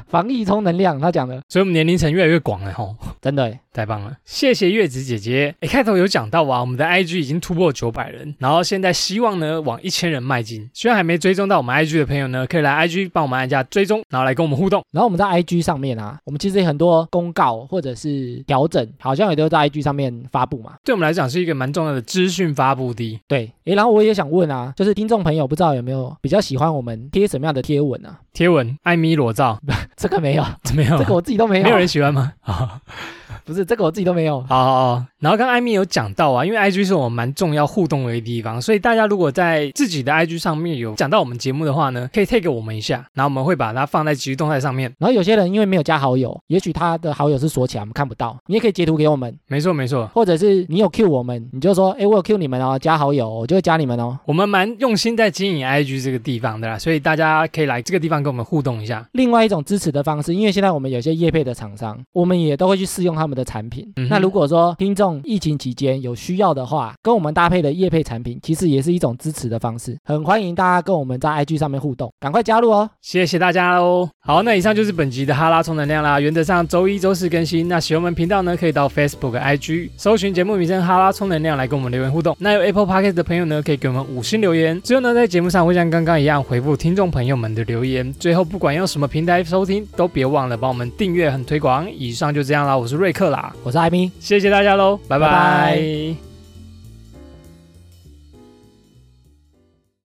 防疫充能量，她讲的所以我们年龄层越来越广了吼。真的、欸，太棒了，谢谢月子姐姐。诶，开头有讲到啊，我们的 IG 已经突破九百人，然后现在希望呢往一千人迈进。虽然还没追踪到我们 IG 的朋友呢，可以来 IG 帮我们按一下追踪，然后来跟我们互动。然后我们在 IG 上面啊，我们其实很多公告或者是调整，好像也都在 IG 上面发布嘛。对我们来讲是一个蛮重要的资讯发布地。对，诶，然后我也想问啊，就是听众朋友不知道有没有比较喜欢我们贴什么样的贴文啊？ 贴文，艾米裸照 这个没有，怎么样？这个我自己都没有，哦没有人喜欢吗？好。 不是这个我自己都没有。好好好，然后刚刚艾米有讲到啊，因为 IG 是我们蛮重要互动的一个地方，所以大家如果在自己的 IG 上面有讲到我们节目的话呢，可以 take 我们一下，然后我们会把它放在即时动态上面。然后有些人因为没有加好友，也许他的好友是锁起来，我们看不到。你也可以截图给我们，没错没错，或者是你有 Q 我们，你就说，哎，我有 Q 你们哦，加好友，我就会加你们哦。我们蛮用心在经营 IG 这个地方的啦，所以大家可以来这个地方跟我们互动一下。另外一种支持的方式，因为现在我们有些业配的厂商，我们也都会去试用他们的产品。嗯哼那如果说听众疫情期间有需要的话，跟我们搭配的业配产品，其实也是一种支持的方式。很欢迎大家跟我们在 IG 上面互动，赶快加入哦。谢谢大家哦。好，那以上就是本集的哈拉充能量啦。原则上周一、周四更新。那喜欢我们频道呢，可以到 Facebook、IG 搜寻节目名称“哈拉充能量”来跟我们留言互动。那有 Apple Podcast 的朋友呢，可以给我们五星留言。之后呢，在节目上会像刚刚一样回复听众朋友们的留言。最后，不管用什么平台收听，都别忘了帮我们订阅和推广。以上就这样啦，我是瑞克啦，我是艾米。谢谢大家喽，拜拜拜拜